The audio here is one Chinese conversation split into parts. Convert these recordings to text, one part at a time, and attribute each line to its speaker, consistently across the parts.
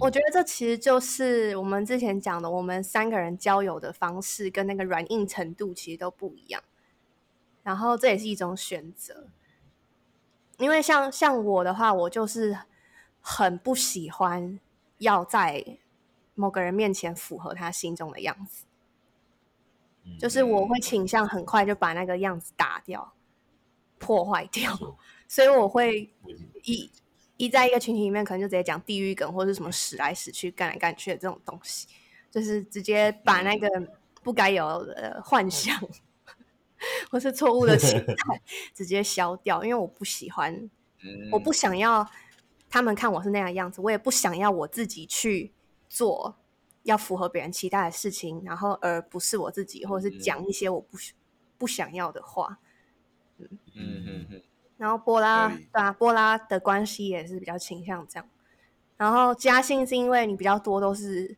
Speaker 1: 我觉得这其实就是我们之前讲的，我们三个人交友的方式跟那个软硬程度其实都不一样。然后这也是一种选择，因为像像我的话，我就是很不喜欢要在某个人面前符合他心中的样子，就是我会倾向很快就把那个样子打掉、破坏掉，所以我会一一在一个群体里面，可能就直接讲地狱梗或者什么使来使去、干来干去的这种东西，就是直接把那个不该有的幻想。或是错误的期待直接消掉，因为我不喜欢，我不想要他们看我是那样样子，我也不想要我自己去做要符合别人期待的事情，然后而不是我自己，或者是讲一些我不不想要的话。
Speaker 2: 嗯嗯嗯，
Speaker 1: 然后波拉
Speaker 2: 合理
Speaker 1: 对啊，波拉的关系也是比较倾向这样。然后嘉兴是因为你比较多都是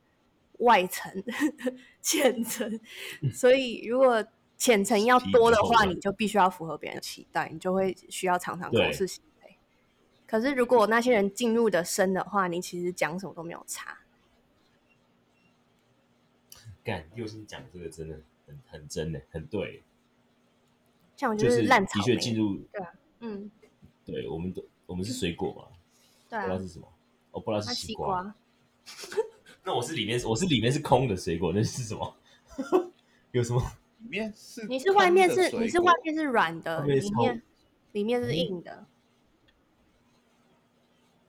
Speaker 1: 外层 浅层，
Speaker 3: 嗯
Speaker 1: 所以如果浅层要多的话，
Speaker 3: 基本上
Speaker 1: 你就必须要符合别人的期待，你就会需要常常
Speaker 3: 对
Speaker 1: 口是心非。可是如果那些人进入的深的话，你其实讲什么都没有差。
Speaker 3: 干，佑星讲这个真的很很真的，很对，
Speaker 1: 像我
Speaker 3: 就是是
Speaker 1: 烂
Speaker 3: 的
Speaker 1: 草
Speaker 3: 确
Speaker 1: 莓，
Speaker 3: 进入，
Speaker 1: 嗯，
Speaker 3: 对我们都我们是水果嘛，
Speaker 1: 对
Speaker 3: 不知道
Speaker 1: 啊，
Speaker 3: 是什么，哦，不知道
Speaker 1: 那
Speaker 3: 是
Speaker 1: 西
Speaker 3: 瓜，
Speaker 1: 瓜
Speaker 3: 那我是里面我是里面是空的水果，那是什么？ 有什么？
Speaker 2: 里面是
Speaker 1: 你是外面
Speaker 2: 空的
Speaker 1: 是你
Speaker 2: 水
Speaker 1: 是外
Speaker 2: 果
Speaker 1: 面是软的，
Speaker 3: 外面是
Speaker 1: 里
Speaker 3: 厚
Speaker 1: 面里面是
Speaker 3: 嗯
Speaker 1: 硬的。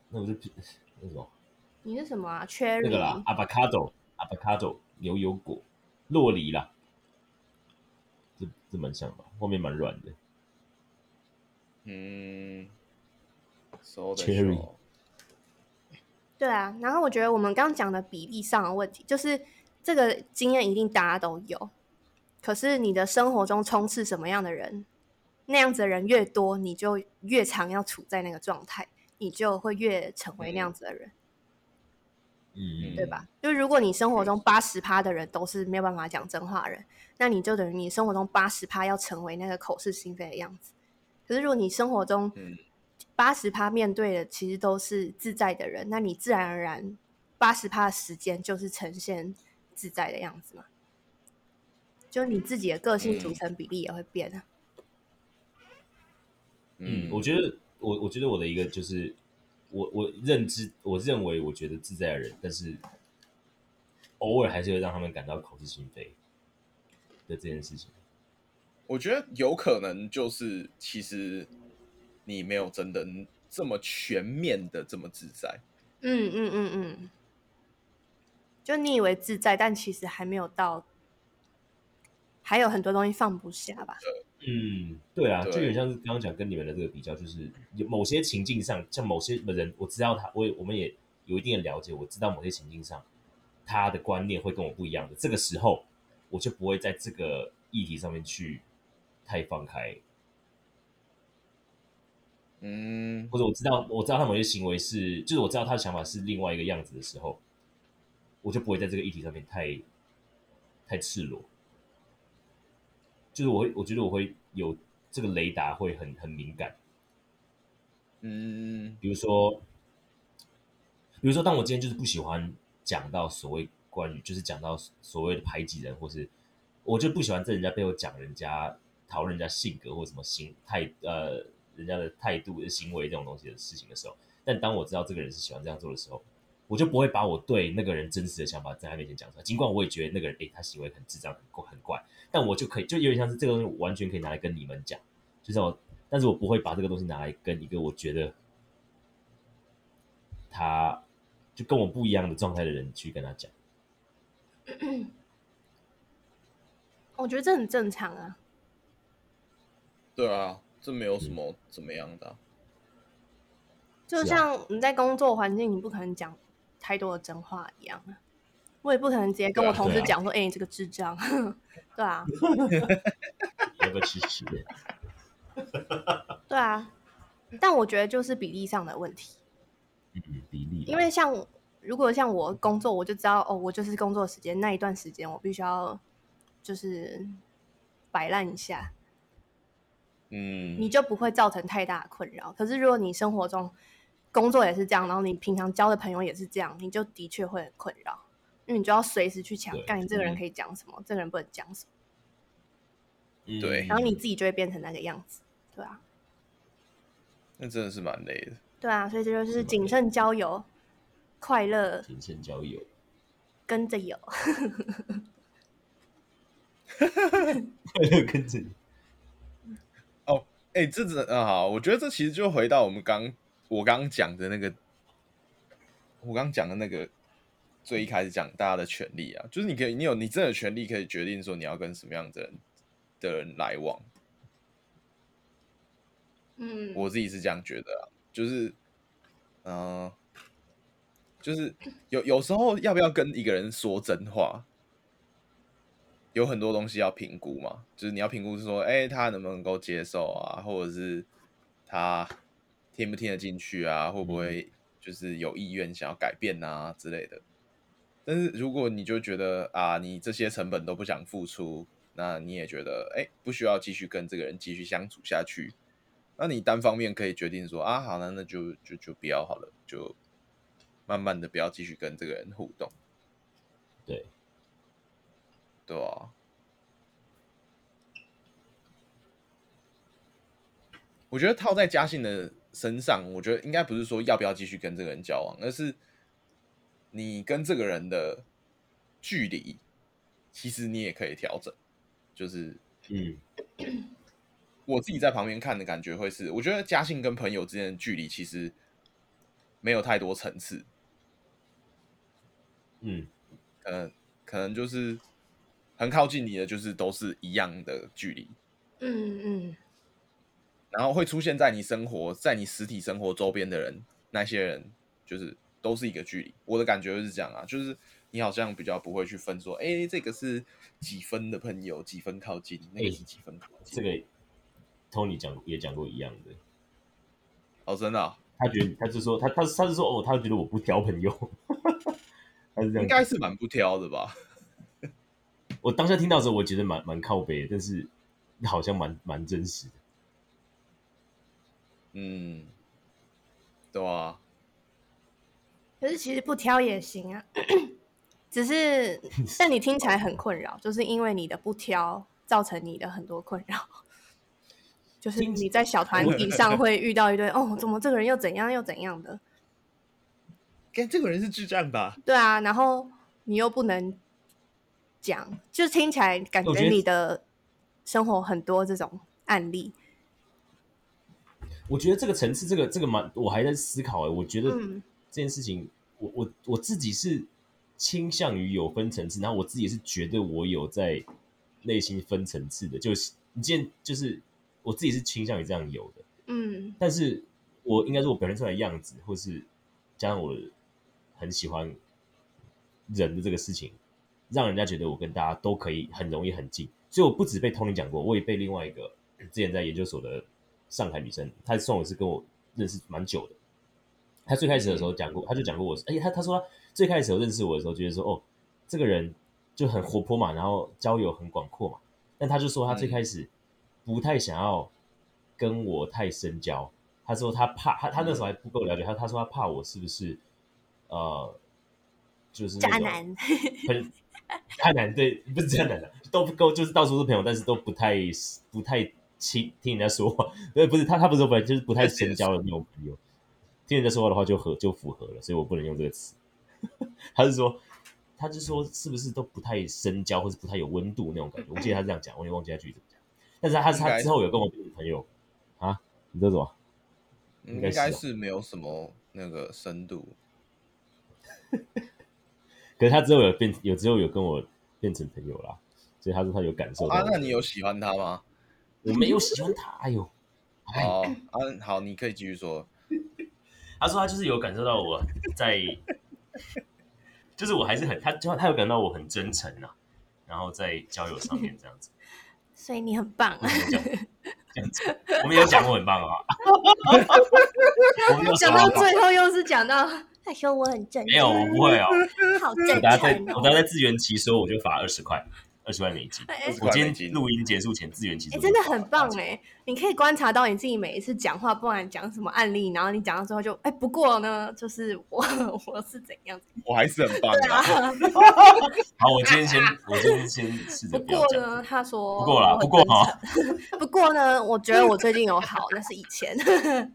Speaker 3: 那我是那什么？
Speaker 1: 你是什么啊？Cherry？
Speaker 3: 那个啦，avocado，avocado 牛油果，洛梨啦，这这蛮像吧？后面蛮软的，
Speaker 2: 嗯，so 的
Speaker 3: Cherry
Speaker 1: 对啊，然后我觉得我们刚刚讲的比例上的问题，就是这个经验一定大家都有，可是你的生活中充斥什么样的人，那样子的人越多，你就越常要处在那个状态，你就会越成为那样子的人，
Speaker 3: 嗯，
Speaker 1: 对吧？就是如果你生活中八十趴的人都是没有办法讲真话的人，那你就等于你生活中八十趴要成为那个口是心非的样子。可是如果你生活中
Speaker 2: 嗯
Speaker 1: 八十趴面对的其实都是自在的人，那你自然而然八十趴的时间就是呈现自在的样子嘛。就你自己的个性组
Speaker 2: 嗯
Speaker 1: 成比例也会变啊。
Speaker 3: 嗯，我觉得我我觉得我的一个就是我我认知我认为我觉得自在的人，但是偶尔还是会让他们感到口是心非的这件事情。
Speaker 2: 我觉得有可能就是，其实你没有真的这么全面的这么自在。
Speaker 1: 嗯嗯嗯嗯。就你以为自在，但其实还没有到，还有很多东西放不下吧。
Speaker 3: 嗯，对啊，
Speaker 2: 对
Speaker 3: 就有点像是刚刚讲跟你们的这个比较，就是有某些情境上，像某些人，我知道他，我也我们也有一定的了解，我知道某些情境上他的观念会跟我不一样的，这个时候我就不会在这个议题上面去太放开，
Speaker 2: 嗯
Speaker 3: 或者我知道我知道他某些行为是，就是我知道他的想法是另外一个样子的时候，我就不会在这个议题上面太太赤裸。就是我会，我觉得我会有这个雷达会很很敏感，
Speaker 2: 嗯
Speaker 3: 比如说，比如说，当我今天就是不喜欢讲到所谓关于，就是讲到所谓的排挤人，或是我就不喜欢在人家背后讲人家、讨论人家性格或什么心态，呃，人家的态度、行为这种东西的事情的时候，但当我知道这个人是喜欢这样做的时候，我就不会把我对那个人真实的想法在他面前讲出来。尽管我也觉得那个人，诶、他行为很智障、很怪、很怪，但我就可以，就有点像是这个东西，我完全可以拿来跟你们讲，就是我，但是我不会把这个东西拿来跟一个我觉得他就跟我不一样的状态的人去跟他讲。
Speaker 1: 我觉得这很正常啊。
Speaker 2: 对啊，这没有什么怎么样的啊、
Speaker 1: 就是
Speaker 3: 啊
Speaker 1: 像你在工作环境，你不可能讲太多的真话一样啊。我也不可能直接跟
Speaker 2: 对啊
Speaker 1: 我同
Speaker 3: 对
Speaker 1: 事
Speaker 3: 啊
Speaker 1: 讲说：“哎、你这个智障。” 对啊，
Speaker 3: 要不要吃吃的？
Speaker 1: 对啊。但我觉得就是比例上的问题，
Speaker 3: 嗯，比例啦。
Speaker 1: 因为像如果像我工作，我就知道哦，我就是工作时间那一段时间，我必须要就是摆烂一下。
Speaker 2: 嗯，
Speaker 1: 你就不会造成太大的困扰。可是如果你生活中工作也是这样，然后你平常交的朋友也是这样，你就的确会很困扰，因为你就要随时去抢
Speaker 3: 对，
Speaker 1: 干你这个人
Speaker 3: 嗯
Speaker 1: 可以讲什么，这个人不能讲什么，
Speaker 3: 嗯
Speaker 2: 对
Speaker 1: 然后你自己就会变成那个样子，对啊，
Speaker 2: 那真的是蛮累的。
Speaker 1: 对啊，所以这就
Speaker 3: 蛮
Speaker 1: 是
Speaker 3: 累
Speaker 1: 谨
Speaker 3: 的
Speaker 1: 慎交友，快乐
Speaker 3: 谨慎交友，
Speaker 1: 跟着有。
Speaker 3: 快乐跟着你。
Speaker 2: 哎、这真的啊，好我觉得这其实就回到我们刚我刚讲的那个，我刚讲的那个最一开始讲大家的权利啊，就是你可以，你有你真的有权利可以决定说你要跟什么样的人的人来往。
Speaker 1: 嗯，
Speaker 2: 我自己是这样觉得啊，就是，嗯、就是有有时候要不要跟一个人说真话，有很多东西要评估嘛，就是你要评估是说，哎、他能不能够接受啊，或者是他听不听得进去啊，会不会就是有意愿想要改变啊之类的。但是如果你就觉得啊，你这些成本都不想付出，那你也觉得哎、不需要继续跟这个人继续相处下去，那你单方面可以决定说啊，好，那那就就就不要好了，就慢慢的不要继续跟这个人互动，
Speaker 3: 对，
Speaker 2: 对啊，我觉得套在嘉信的身上，我觉得应该不是说要不要继续跟这个人交往，而是你跟这个人的距离，其实你也可以调整。就是
Speaker 3: 嗯，
Speaker 2: 我自己在旁边看的感觉会是，我觉得嘉信跟朋友之间的距离其实没有太多层次，
Speaker 3: 嗯，
Speaker 2: 可能可能就是很靠近你的，就是都是一样的距离，
Speaker 1: 嗯嗯，
Speaker 2: 然后会出现在你生活，在你实体生活周边的人，那些人就是都是一个距离。我的感觉就是这样啊，就是你好像比较不会去分说，哎，这个是几分的朋友，几分靠近，那个是几分靠近。
Speaker 3: 这个 Tony 讲也讲过一样的，
Speaker 2: 哦，真的哦、
Speaker 3: 他觉得他就说他他他是说哦，他觉得我不挑朋友， 他是这
Speaker 2: 应
Speaker 3: 样。
Speaker 2: 该是蛮不挑的吧？
Speaker 3: 我当下听到的时候，我觉得蛮蛮靠北的，但是好像蛮蛮真实的。
Speaker 2: 嗯，对啊，
Speaker 1: 可是其实不挑也行啊，只 是但你听起来很困扰，就是因为你的不挑造成你的很多困扰。就是
Speaker 3: 听起
Speaker 1: 你在小团体上会遇到一堆哦，怎么这个人又怎样又怎样的，
Speaker 2: 跟这个人是智障吧？
Speaker 1: 对啊，然后你又不能讲，就听起来感
Speaker 3: 我
Speaker 1: 觉
Speaker 3: 觉得
Speaker 1: 你的生活很多这种案例，
Speaker 3: 我觉得这个层次，这个这个蛮，我还在思考哎、我觉得
Speaker 1: 嗯
Speaker 3: 这件事情，我我我自己是倾向于有分层次，然后我自己也是觉得我有在内心分层次的，就是你见就是我自己是倾向于这样有的，
Speaker 1: 嗯
Speaker 3: 但是我应该是我表现出来的样子，或是加上我很喜欢人的这个事情，让人家觉得我跟大家都可以很容易很近。所以我不止被 Tony 讲过，我也被另外一个之前在研究所的上海女生，她算我是跟我认识蛮久的。她最开始的时候讲过，她就讲过我是，哎、她她说她最开始有认识我的时候，觉得说哦，这个人就很活泼嘛，然后交友很广阔嘛，但她就说她最开始不太想要跟我太深交，他说他怕他他那时候还不够了解他，他说他怕我是不是呃，就是那
Speaker 1: 渣
Speaker 3: 种
Speaker 1: 男
Speaker 3: 很渣男，对，不是渣男的，都不够，就是到处是朋友，但是都不太不太听听人家说话，呃，不是他他不是说本来就是不太深交的那种朋友，听人家说话的话就合就符合了，所以我不能用这个词。 他是说，他就说是不是都不太深交，或是不太有温度那种感觉？我记得他这样讲，我也忘记他具体怎么讲。但是他他
Speaker 2: 应该
Speaker 3: 他
Speaker 2: 是
Speaker 3: 之后有跟我朋友啊，你知道什么？
Speaker 2: 嗯
Speaker 3: 应
Speaker 2: 应
Speaker 3: 该是
Speaker 2: 该
Speaker 3: 哦
Speaker 2: 是没有什么那个深度。
Speaker 3: 可是他之后有变，有之后有跟我变成朋友啦，所以他说他有感受到。
Speaker 2: 啊，那你有喜欢他吗？
Speaker 3: 我没有喜欢他，哎呦，哎，
Speaker 2: 哦，啊，好，你可以继续 说。
Speaker 3: 他说他就是有感受到我在， 就是我还是很他他他有感到我很真诚啊，然后在交友上面这样子，
Speaker 1: 所以你很棒啊
Speaker 3: 我，没有讲这样子，我没有讲我很棒啊，我没有
Speaker 1: 讲
Speaker 3: 讲
Speaker 1: 到
Speaker 3: 我很棒，
Speaker 1: 最后又是讲到， 他说我很正，
Speaker 3: 没有，我不会哦，
Speaker 1: 好
Speaker 3: 我
Speaker 1: 正
Speaker 3: 等下在
Speaker 1: 常
Speaker 3: 我
Speaker 1: 哦。
Speaker 3: 等下在自圆其说，我就罚二十块，二二十万美金。
Speaker 1: 哎、
Speaker 2: 20
Speaker 3: 我
Speaker 2: 块美
Speaker 3: 今
Speaker 2: 金
Speaker 3: 天录音结束前，资源其
Speaker 1: 哎
Speaker 3: 实
Speaker 1: 真的
Speaker 3: 我
Speaker 1: 很棒哎、你可以观察到你自己每一次讲话，不管讲什么案例，然后你讲到最后就哎、不过呢，就是我 我是怎样，
Speaker 2: 我还是很棒
Speaker 3: 啊
Speaker 2: 的、
Speaker 1: 啊
Speaker 3: 好，我今天先，我今天先试着
Speaker 1: 不
Speaker 3: 不要
Speaker 1: 过
Speaker 3: 讲
Speaker 1: 呢，他说
Speaker 3: 不过啦
Speaker 1: 我
Speaker 3: 不过哈
Speaker 1: 真诚不过呢，我觉得我最近有好，那是以前。
Speaker 3: 这个。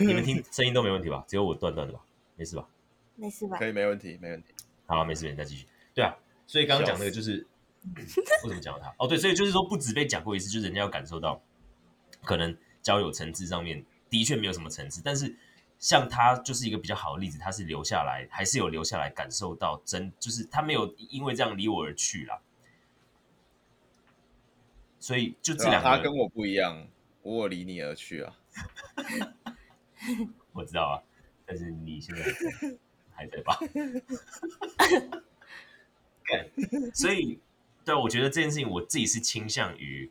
Speaker 3: 你们听声音都没问题吧？只有我断断的吧？没事吧？
Speaker 1: 没事吧
Speaker 3: 啊
Speaker 2: 可？以，没问题，没问题。
Speaker 3: 好啊了，没事没事，再继续。对啊，所以刚刚讲那个就是，为什么讲到他？哦，对，所以就是说不止被讲过一次，就是人家要感受到，可能交友层次上面的确没有什么层次，但是像他就是一个比较好的例子，他是留下来，还是有留下来感受到真，就是他没有因为这样离我而去啦。所以就这
Speaker 2: 对啊
Speaker 3: 两个
Speaker 2: 他
Speaker 3: 人，
Speaker 2: 跟我不一样，我有离你而去啊。
Speaker 3: 我知道啊，但是你现在还在还在吧？干所以，对啊，我觉得这件事情我自己是倾向于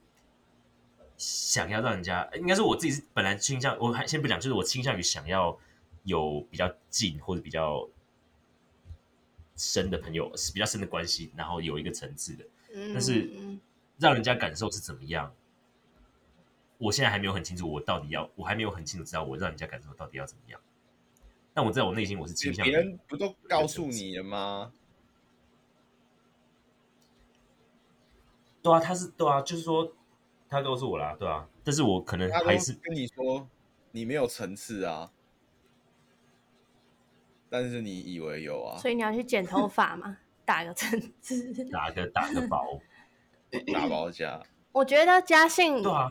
Speaker 3: 想要让人家，应该是我自己是本来倾向，我还先不讲，就是我倾向于想要有比较近或者比较深的朋友，比较深的关系，然后有一个层次的，
Speaker 1: 嗯
Speaker 3: 但是
Speaker 1: 嗯
Speaker 3: 让人家感受是怎么样。我现在还没有很清楚，我到底要，我还没有很清楚知道我让人家感受到底要怎么样。但我在我内心我是
Speaker 2: 别
Speaker 3: 倾向于
Speaker 2: 别人不都告诉你了吗？
Speaker 3: 对啊，他是对啊，就是说他告诉我啦，对啊，但是我可能
Speaker 2: 他都
Speaker 3: 还是
Speaker 2: 跟你说你没有层次啊，但是你以为有啊
Speaker 1: 所？以你要去剪头发嘛，打个 针刺。
Speaker 3: 打个打个 薄，
Speaker 2: 打包价，
Speaker 1: 我觉得嘉信
Speaker 3: 对啊，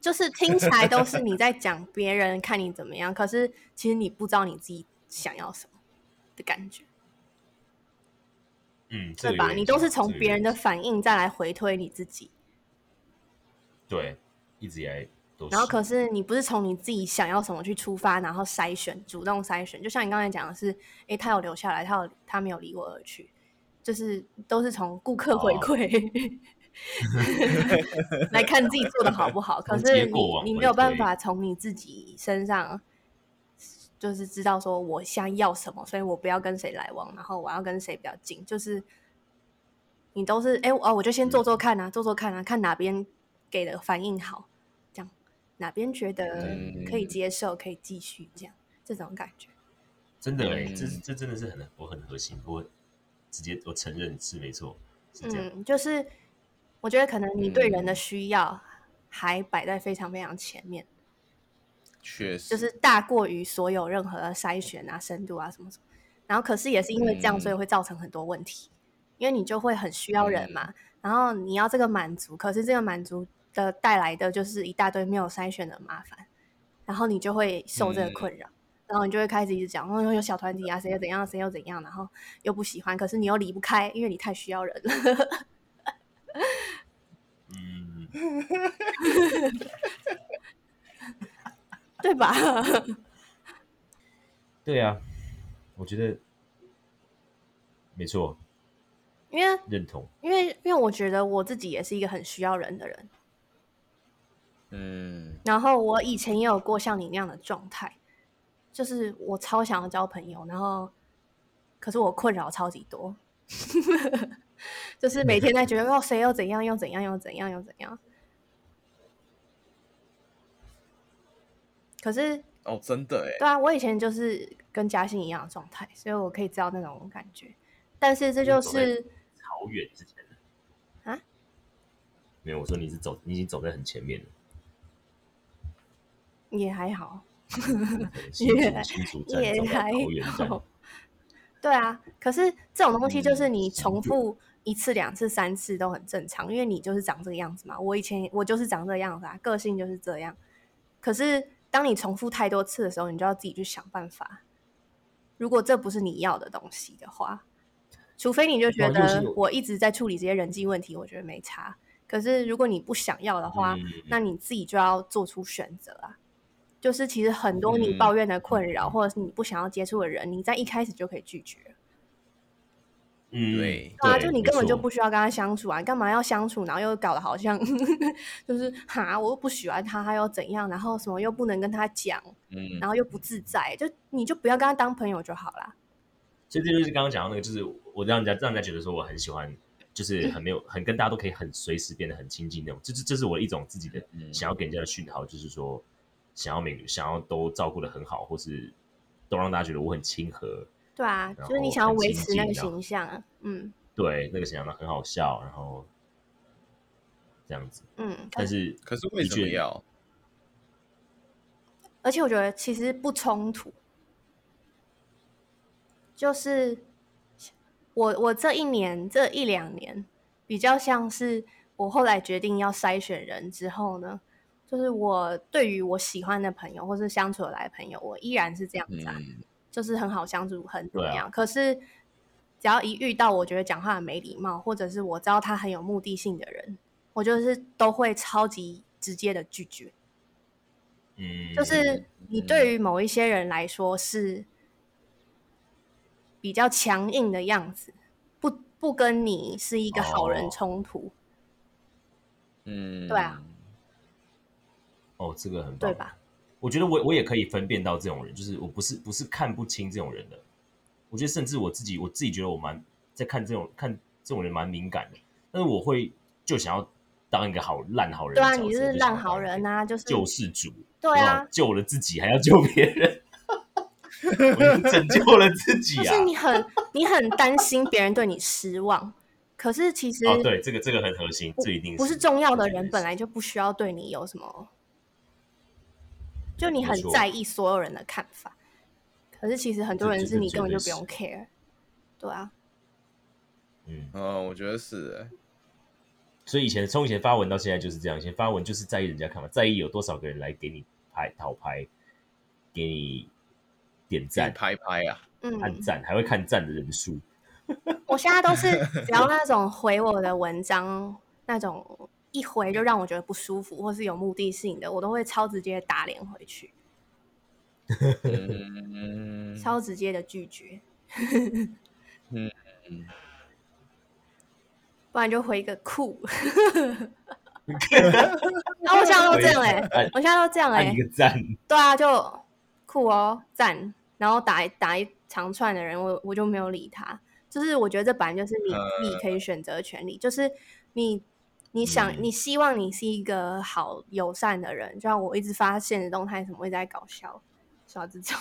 Speaker 1: 就是听起来都是你在讲别人看你怎么样，可是其实你不知道你自己想要什么的感觉，
Speaker 3: 嗯，这个
Speaker 1: 对
Speaker 3: 有
Speaker 1: 吧？
Speaker 3: 点
Speaker 1: 你都是
Speaker 3: 像
Speaker 1: 从
Speaker 3: 这个有
Speaker 1: 别人
Speaker 3: 点
Speaker 1: 的反应再来回推你自己，
Speaker 3: 对，一直以来都是。
Speaker 1: 然后可是你不是从你自己想要什么去出发，然后筛选，主动筛选。就像你刚才讲的是，诶，他有留下来，他有他没有离我而去，就是都是从顾客回
Speaker 3: 哦
Speaker 1: 馈、 来看自己做的好不好。 可
Speaker 3: 从
Speaker 1: 是
Speaker 3: 结果往
Speaker 1: 你你没
Speaker 3: 回
Speaker 1: 有办
Speaker 3: 推
Speaker 1: 法从你自己身上。就是知道说我想要什么，所以我不要跟谁来往，然后我要跟谁比较近，就是你都是哎、诶哦，我就
Speaker 3: 嗯
Speaker 1: 先做做看啊，做做看啊，看哪边给的反应好，这样哪边觉得
Speaker 2: 嗯
Speaker 1: 可以接受，可以继续这样这种感觉。
Speaker 3: 真的哎、
Speaker 2: 嗯
Speaker 3: 这这真的是很我很核心，我直接我承认是没错，是这样。嗯
Speaker 1: 嗯，就是我觉得可能你对人的需要还摆在非常非常前面，
Speaker 2: 确实，
Speaker 1: 就是大过于所有任何的筛选啊、深度啊什么什么。然后可是也是因为这样，
Speaker 2: 嗯
Speaker 1: 所以会造成很多问题，因为你就会很需要人
Speaker 2: 嗯
Speaker 1: 嘛，然后你要这个满足，可是这个满足的带来的就是一大堆没有筛选的麻烦，然后你就会受这个
Speaker 2: 嗯
Speaker 1: 困扰。然后你就会开始一直讲，哦，有小团体啊，谁又怎样，谁又怎样，然后又不喜欢，可是你又离不开，因为你太需要人了。
Speaker 3: 嗯，
Speaker 1: 对吧？
Speaker 3: 对啊，我觉得没错，
Speaker 1: 因为
Speaker 3: 认同。
Speaker 1: 因为因为我觉得我自己也是一个很需要人的人，
Speaker 2: 嗯，
Speaker 1: 然后我以前也有过像你那样的状态，就是我超想要交朋友，然后可是我困扰超级多， 就是每天在觉得哦谁又怎样又怎样又怎样又怎样，可是
Speaker 2: 哦，真的哎，
Speaker 1: 对啊，我以前就是跟嘉欣一样的状态，所以我可以知道那种感觉，但是这就
Speaker 3: 你走在
Speaker 1: 是
Speaker 3: 好远之前的
Speaker 1: 啊？
Speaker 3: 没有，我说你是走，你已经走在很 前面了。
Speaker 1: 也还好。
Speaker 3: 新竹新竹站走到桃园站，
Speaker 1: 对啊，可是这种东西就是
Speaker 3: 嗯
Speaker 1: 你
Speaker 3: 是
Speaker 1: 重复一次、两次、三次都很正常，因为你就是长这个样子嘛。我以前我就是长这个样子啊，个性就是这样。可是当你重复太多次的时候，你就要自己去想办法。如果这不是你要的东西的话，除非你就觉
Speaker 3: 哇又啊是
Speaker 1: 得
Speaker 3: 有
Speaker 1: 我一直在处理这些人际问题，我觉得没差。可是如果你不想要的
Speaker 3: 嗯
Speaker 1: 话，那你自己就要做出选择啊。就是其实很多你
Speaker 2: 嗯
Speaker 1: 抱怨的困扰，或者是你不想要接触的人，你在一开始就可以拒绝。
Speaker 3: 嗯，
Speaker 2: 对
Speaker 1: 对啊，就你根本就不需要跟他相处啊，你干嘛要相处？然后又搞得好像 就是哈，我又不喜欢他，他又怎样？然后什么又不能跟他讲，
Speaker 2: 嗯，
Speaker 1: 然后又不自在，就你就不要跟他当朋友就好啦。
Speaker 3: 所以这就是刚刚讲到那个，就是我让人家让人家觉得说我很喜欢就是很没有很跟大家都可以很随时变得很亲近那种，这是这是我一种自己的
Speaker 2: 嗯
Speaker 3: 想要给人家的讯号，就是说想要每想要都照顾的很好，或是都让大家觉得我很亲和，
Speaker 1: 对啊，
Speaker 3: 然
Speaker 1: 就是你
Speaker 3: 后
Speaker 1: 想要
Speaker 3: 很
Speaker 1: 维
Speaker 3: 亲
Speaker 1: 持那
Speaker 3: 近
Speaker 1: 个
Speaker 3: 这样
Speaker 1: 形象啊，嗯
Speaker 3: 对那个形象呢很好笑，然后这样子，
Speaker 1: 嗯。
Speaker 3: 但是
Speaker 2: 可是为什么要？
Speaker 1: 而且我觉得其实不冲突，就是我我这一年这一两年比较像是我后来决定要筛选人之后呢，就是我对于我喜欢的朋友或是相处得来的朋友，我依然是这样子、啊，
Speaker 2: 嗯，
Speaker 1: 就是很好相处，很怎么
Speaker 3: 对啊
Speaker 1: 样。可是只要一遇到我觉得讲话很没礼貌，或者是我知道他很有目的性的人，我就是都会超级直接的拒绝。
Speaker 3: 嗯，
Speaker 1: 就是你对于某一些人来说是比较强硬的样子，不不跟你是一个好人
Speaker 3: 哦
Speaker 1: 冲突，
Speaker 2: 嗯，
Speaker 1: 对啊，
Speaker 3: 哦，这个很棒
Speaker 1: 对？吧？
Speaker 3: 我觉得我我也可以分辨到这种人，就是我不是不是看不清这种人的。我觉得甚至我自己我自己觉得我蛮在看这种看这种人蛮敏感的，但是我会就想要当一个好烂好人的
Speaker 1: 对啊，
Speaker 3: 角色。
Speaker 1: 你就是
Speaker 3: 就想要
Speaker 1: 烂好
Speaker 3: 当一个
Speaker 1: 人啊，就是
Speaker 3: 救世主，
Speaker 1: 对啊
Speaker 3: 然后救了自己还要救别人， 我就拯救了自己
Speaker 1: 就
Speaker 3: 啊
Speaker 1: 是！你很 你很担心别人对你失望，可是其实
Speaker 3: 哦，对，这个这个很核心，这一定
Speaker 1: 不是重要的
Speaker 3: 这一定
Speaker 1: 人
Speaker 3: 是
Speaker 1: 本来就不需要对你有什么，就你
Speaker 3: 没
Speaker 1: 很
Speaker 3: 错
Speaker 1: 在意所有人的看法，可是其实很多
Speaker 3: 这
Speaker 1: 人
Speaker 3: 这
Speaker 1: 是
Speaker 3: 个
Speaker 1: 你
Speaker 3: 真
Speaker 1: 根本
Speaker 3: 的
Speaker 1: 就不用
Speaker 3: 是
Speaker 1: care，对啊。
Speaker 3: 嗯，
Speaker 2: 嗯，我觉得是哎、
Speaker 3: 所以以前从以前发文到现在就是这样，以前发文就是在意人家看法，在意有多少个人来给你拍讨拍，给你点
Speaker 2: 自己
Speaker 3: 赞、
Speaker 2: 拍拍啊，
Speaker 1: 嗯，
Speaker 3: 按赞，还会看赞的人数。
Speaker 1: 我现在都是只要那种回我的文章，那种一回就让我觉得不舒服或是有目的性的，我都会超直接地打脸回去，
Speaker 2: 嗯，
Speaker 1: 超直接的拒绝。
Speaker 2: 嗯
Speaker 1: 嗯，不然就回一个酷。 然后我现在都这样哎、
Speaker 3: 按
Speaker 1: 我现在都这样哎、
Speaker 3: 按一个赞，
Speaker 1: 对啊，就酷哦，赞。然后打一打一长串的人，我我就没有理他。就是我觉得这本来就是你自己可以选择的权利，就是你你想
Speaker 3: 嗯
Speaker 1: 你希望你是一个好友善的人，就像我一直发现的动态什么，我一直在搞笑小智障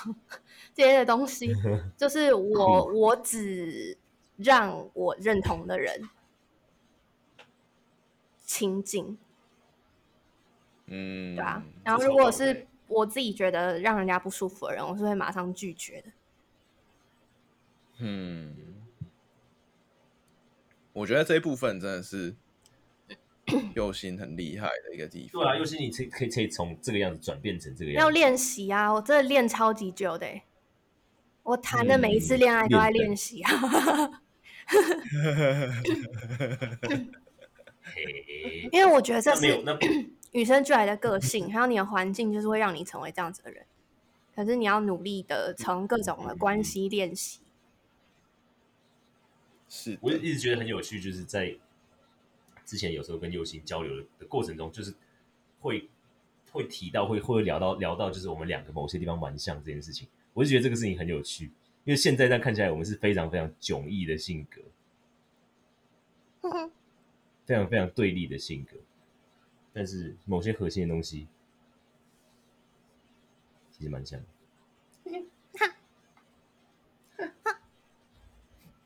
Speaker 1: 这些的东西，就是我我只让我认同的人亲近，
Speaker 2: 嗯，
Speaker 1: 对啊。然后
Speaker 2: 这
Speaker 1: 如果
Speaker 2: 超棒的
Speaker 1: 是我自己觉得让人家不舒服的人，我是会马上拒绝的。
Speaker 2: 嗯，我觉得这一部分真 的是右心很厉害的一个地方。
Speaker 3: 对啊，尤其你可以可以可以从这个样子转变成这个
Speaker 1: 要
Speaker 3: 样子，
Speaker 1: 练习啊，我真的练超级久的欸、我谈的每一次
Speaker 3: 嗯
Speaker 1: 恋爱都在
Speaker 3: 练
Speaker 1: 练习啊。
Speaker 3: 嘿
Speaker 1: 因为我觉得这
Speaker 3: 那没
Speaker 1: 是
Speaker 3: 有那
Speaker 1: 与生俱来的个性，还有你的环境，就是会让你成为这样子的人。可是你要努力的从各种的关系练习，
Speaker 2: 是
Speaker 3: 我就
Speaker 2: 的，
Speaker 3: 一直觉得很有趣，就是在之前有时候跟佑星交流的过程中，就是会会提到，会会聊到聊到，就是我们两个某些地方蛮像这件事情。我就觉得这个事情很有趣，因为现在这样看起来，我们是非常非常迥异的性格，非常非常对立的性格，但是某些核心的东西其实蛮像的。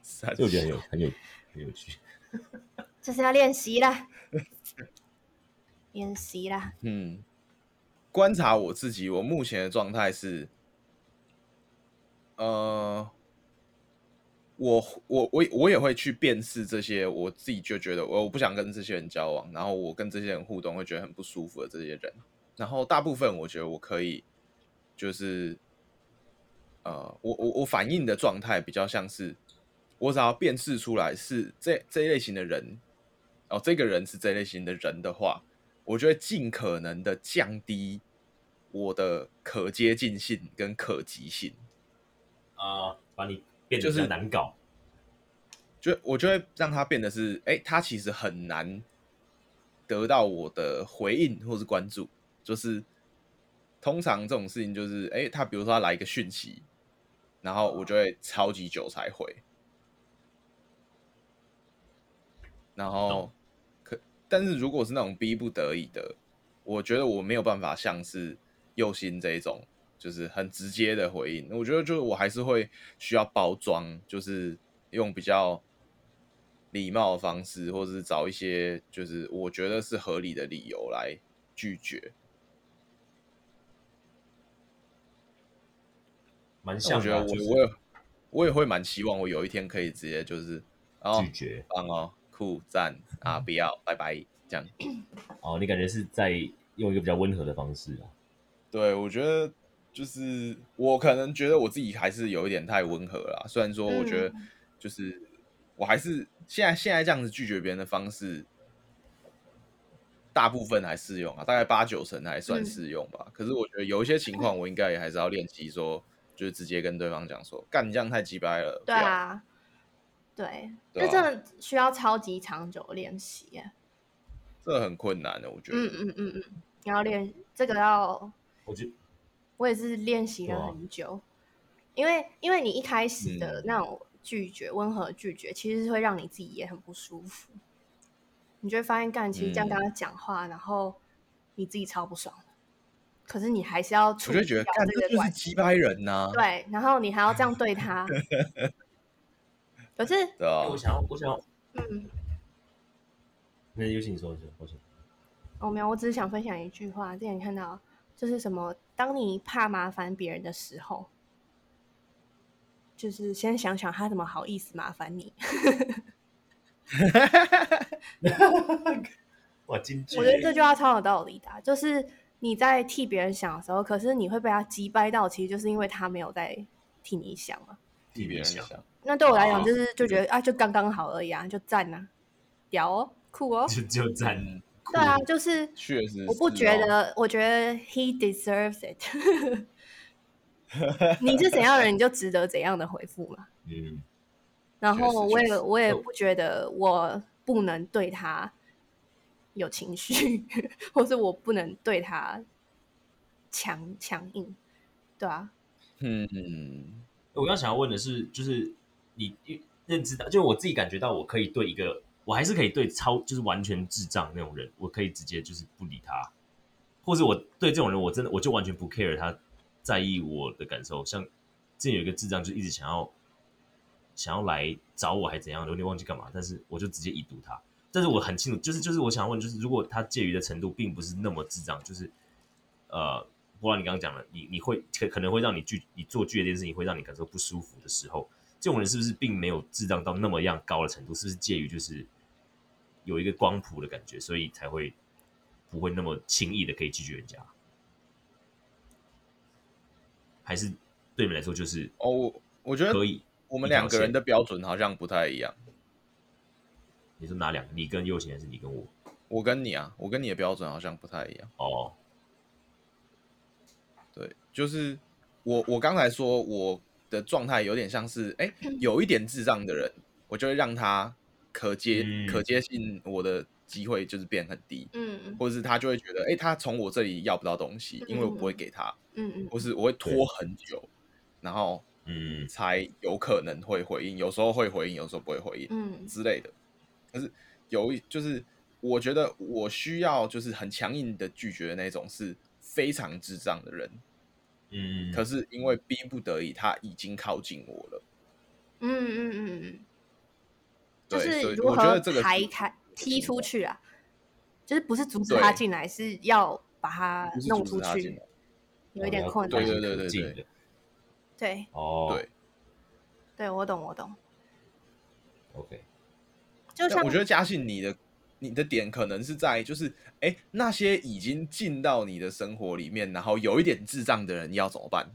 Speaker 2: 三
Speaker 3: 所以我觉得很有很有很有趣。
Speaker 1: 就是要练习啦，练习啦。
Speaker 2: 嗯，观察我自己，我目前的状态是，呃，我我我我也会去辨识这些，我自己就觉得我我不想跟这些人交往，然后我跟这些人互动会觉得很不舒服的这些人，然后大部分我觉得我可以，就是，呃，我我我反应的状态比较像是，我只要辨识出来是这这一类型的人，哦，这个人是这类型的人的话，我就会尽可能的降低我的可接近性跟可及性，
Speaker 3: 啊、把你变得比
Speaker 2: 就
Speaker 3: 较
Speaker 2: 是
Speaker 3: 难搞，
Speaker 2: 就我就会让它变得是，哎、他其实很难得到我的回应或是关注，就是通常这种事情就是，哎、他比如说他来一个讯息，然后我就会超级久才回，然后可，但是如果是那种逼不得已的，我觉得我没有办法像是右心这一种，就是很直接的回应。我觉得就是我还是会需要包装，就是用比较礼貌的方式，或者是找一些就是我觉得是合理的理由来拒绝。
Speaker 3: 蛮
Speaker 2: 那
Speaker 3: 像
Speaker 2: 我觉
Speaker 3: 的
Speaker 2: 得
Speaker 3: 啊，
Speaker 2: 我
Speaker 3: 就
Speaker 2: 我也
Speaker 3: 是
Speaker 2: 我也会蛮希望我有一天可以直接就是哦
Speaker 3: 拒绝。
Speaker 2: 棒哦酷赞
Speaker 3: 嗯
Speaker 2: 啊不要拜拜这样。
Speaker 3: 哦，你感觉是在用一个比较温和的方式啊？
Speaker 2: 对，我觉得就是我可能觉得我自己还是有一点太温和了啦，虽然说我觉得
Speaker 1: 嗯
Speaker 2: 就是我还是现在现在这样子拒绝别人的方式，大部分还适用啊，大概八九成还算
Speaker 1: 嗯
Speaker 2: 适用吧。可是我觉得有一些情况，我应该也还是要练习说，就是直接跟对方讲说，干你这样太鸡掰了，不
Speaker 1: 对
Speaker 2: 要，
Speaker 1: 啊，对，
Speaker 2: 对
Speaker 1: 这
Speaker 2: 啊
Speaker 1: 真的需要超级长久的练习欸耶。
Speaker 2: 这很困难的，我觉得。
Speaker 1: 嗯嗯嗯嗯，你要练这个要，
Speaker 3: 我觉得
Speaker 1: 我也是练习
Speaker 3: 对
Speaker 1: 了
Speaker 3: 啊
Speaker 1: 很久，因为因为你一开始的
Speaker 2: 嗯
Speaker 1: 那种拒绝、温和拒绝，其实是会让你自己也很不舒服。你就会发现，干其实
Speaker 2: 嗯
Speaker 1: 这样跟他讲话，然后你自己超不爽的，可是你还是要处
Speaker 2: 我
Speaker 1: 理
Speaker 2: 就觉得，
Speaker 1: 掉
Speaker 2: 干
Speaker 1: 这
Speaker 2: 这
Speaker 1: 个
Speaker 2: 就是
Speaker 1: 关
Speaker 2: 鸡掰人呐、
Speaker 1: 对，然后你还要这样对 他，可是
Speaker 2: 对啊
Speaker 3: 哎，我想要，我想要，
Speaker 1: 嗯。
Speaker 3: 那尤其你说，你说，我想，
Speaker 1: 哦，没有，我只是想分享一句话，之前看到就是什么，当你怕麻烦别人的时候，就是先想想他怎么好意思麻烦你。
Speaker 2: 啊
Speaker 3: 哇，金句
Speaker 1: 我觉得这句话超有道理的啊、就是你在替别人想的时候，可是你会被他击败到，其实就是因为他没有在替你想嘛。
Speaker 2: 替别人想，
Speaker 1: 那对我来讲，
Speaker 3: 哦
Speaker 1: 就是就觉得啊，就刚刚好而已啊，就赞啊，屌哦，酷哦，
Speaker 3: 就就赞，
Speaker 2: 嗯，
Speaker 1: 对啊，就是
Speaker 2: 确实是哦，
Speaker 1: 我不觉得，我觉得 he deserves it 。你是怎样的人，你就值得怎样的回复嘛。
Speaker 3: 嗯，
Speaker 1: 然
Speaker 2: 确
Speaker 1: 后
Speaker 2: 实
Speaker 1: 我
Speaker 2: 确
Speaker 1: 也
Speaker 2: 实
Speaker 1: 我也
Speaker 3: 嗯
Speaker 1: 不觉得我不能对他有情绪， 或是我不能对他强强硬，对啊，
Speaker 2: 嗯，
Speaker 3: 我刚想要问的是，就是你你认知到，就是我自己感觉到，我可以对一个，我还是可以对超，就是完全智障那种人，我可以直接就是不理他，或者我对这种人，我真的我就完全不 care 他在意我的感受。像之前有一个智障，就一直想要想要来找我，还怎样，有点忘记干嘛，但是我就直接已读他。但是我很清楚，就是就是我想问，就是如果他介于的程度并不是那么智障，就是呃，不然你刚刚讲了，你你会可可能会让你拒你做拒绝这件事情会让你感受不舒服的时候，这种人是不是并没有智障到那么样高的程度？是不是介于就是有一个光谱的感觉，所以才会不会那么轻易的可以拒绝人家？还是对你们来说就是
Speaker 2: 哦，我我觉得
Speaker 3: 可以？
Speaker 2: 我们
Speaker 3: 一条
Speaker 2: 两个人
Speaker 3: 线
Speaker 2: 的标准好像不太一样。
Speaker 3: 你说哪两个？你跟右贤还是你跟我？
Speaker 2: 我跟你啊，我跟你的标准好像不太一样。
Speaker 3: 哦，
Speaker 2: 对，就是我我刚才说我的状态有点像是，哎、有一点智障的人，我就会让他可接、
Speaker 3: 嗯
Speaker 2: 可接近我的机会就是变很低，
Speaker 1: 嗯
Speaker 2: 或者是他就会觉得，哎、他从我这里要不到东西，因为我不会给他，
Speaker 1: 嗯嗯，
Speaker 2: 或是我会拖很久，然后
Speaker 3: 嗯，
Speaker 2: 才有可能会回应，有时候会回应，有时候不会回应。
Speaker 1: 嗯
Speaker 2: 之类的。可是有一就是，我觉得我需要就是很强硬的拒绝的那种是非常智障的人，
Speaker 3: 嗯，
Speaker 2: 可是因为逼不得已，他已经靠近我了。
Speaker 1: 嗯嗯嗯嗯，就
Speaker 2: 对所
Speaker 1: 是
Speaker 2: 以
Speaker 1: 如
Speaker 2: 我觉得
Speaker 1: 何
Speaker 2: 这个是
Speaker 1: 排开踢
Speaker 2: 情
Speaker 1: 出
Speaker 2: 况
Speaker 1: 去啊，就是不是阻止他
Speaker 2: 对
Speaker 1: 进来，是要把他
Speaker 2: 不是
Speaker 1: 弄出
Speaker 2: 阻止他进
Speaker 1: 去
Speaker 2: 来，
Speaker 1: 有一点困
Speaker 2: 对
Speaker 1: 难。
Speaker 2: 对
Speaker 1: 对
Speaker 2: 对对对
Speaker 3: 对，
Speaker 1: 对
Speaker 3: 哦，
Speaker 2: 对，
Speaker 1: 我懂我懂，
Speaker 3: ，OK，
Speaker 1: 就
Speaker 2: 但
Speaker 1: 像
Speaker 2: 我觉得嘉信你的。你的点可能是在就是，哎、那些已经进到你的生活里面，然后有一点智障的人要怎么办？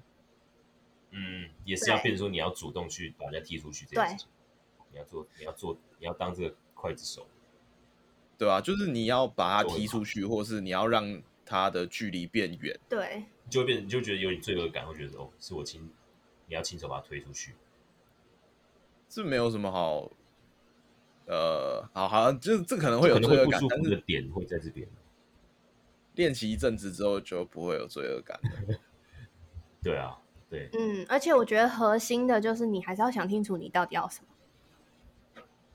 Speaker 3: 嗯，也是要
Speaker 1: 对
Speaker 3: 变成说你要主动去把人家踢出去这件事情，你要做，你要做，你要当这个刽子手，
Speaker 2: 对吧、就是你要把他
Speaker 3: 作为
Speaker 2: 踢
Speaker 3: 嘛
Speaker 2: 出去，或是你要让他的距离变远。
Speaker 1: 对，
Speaker 3: 你就会变，你就觉得有点罪恶感，会觉得哦，是我亲，你要亲手把他推出去，
Speaker 2: 这没有什么好，呃，好好，就是这可能会有
Speaker 3: 可能
Speaker 2: 罪
Speaker 3: 会
Speaker 2: 恶
Speaker 3: 不
Speaker 2: 感
Speaker 3: 舒，
Speaker 2: 但
Speaker 3: 服的
Speaker 2: 是
Speaker 3: 点会在这边，
Speaker 2: 练习一阵子之后就不会有罪恶感了。
Speaker 3: 对啊，对，
Speaker 1: 嗯，而且我觉得核心的就是你还是要想清楚你到底要什么。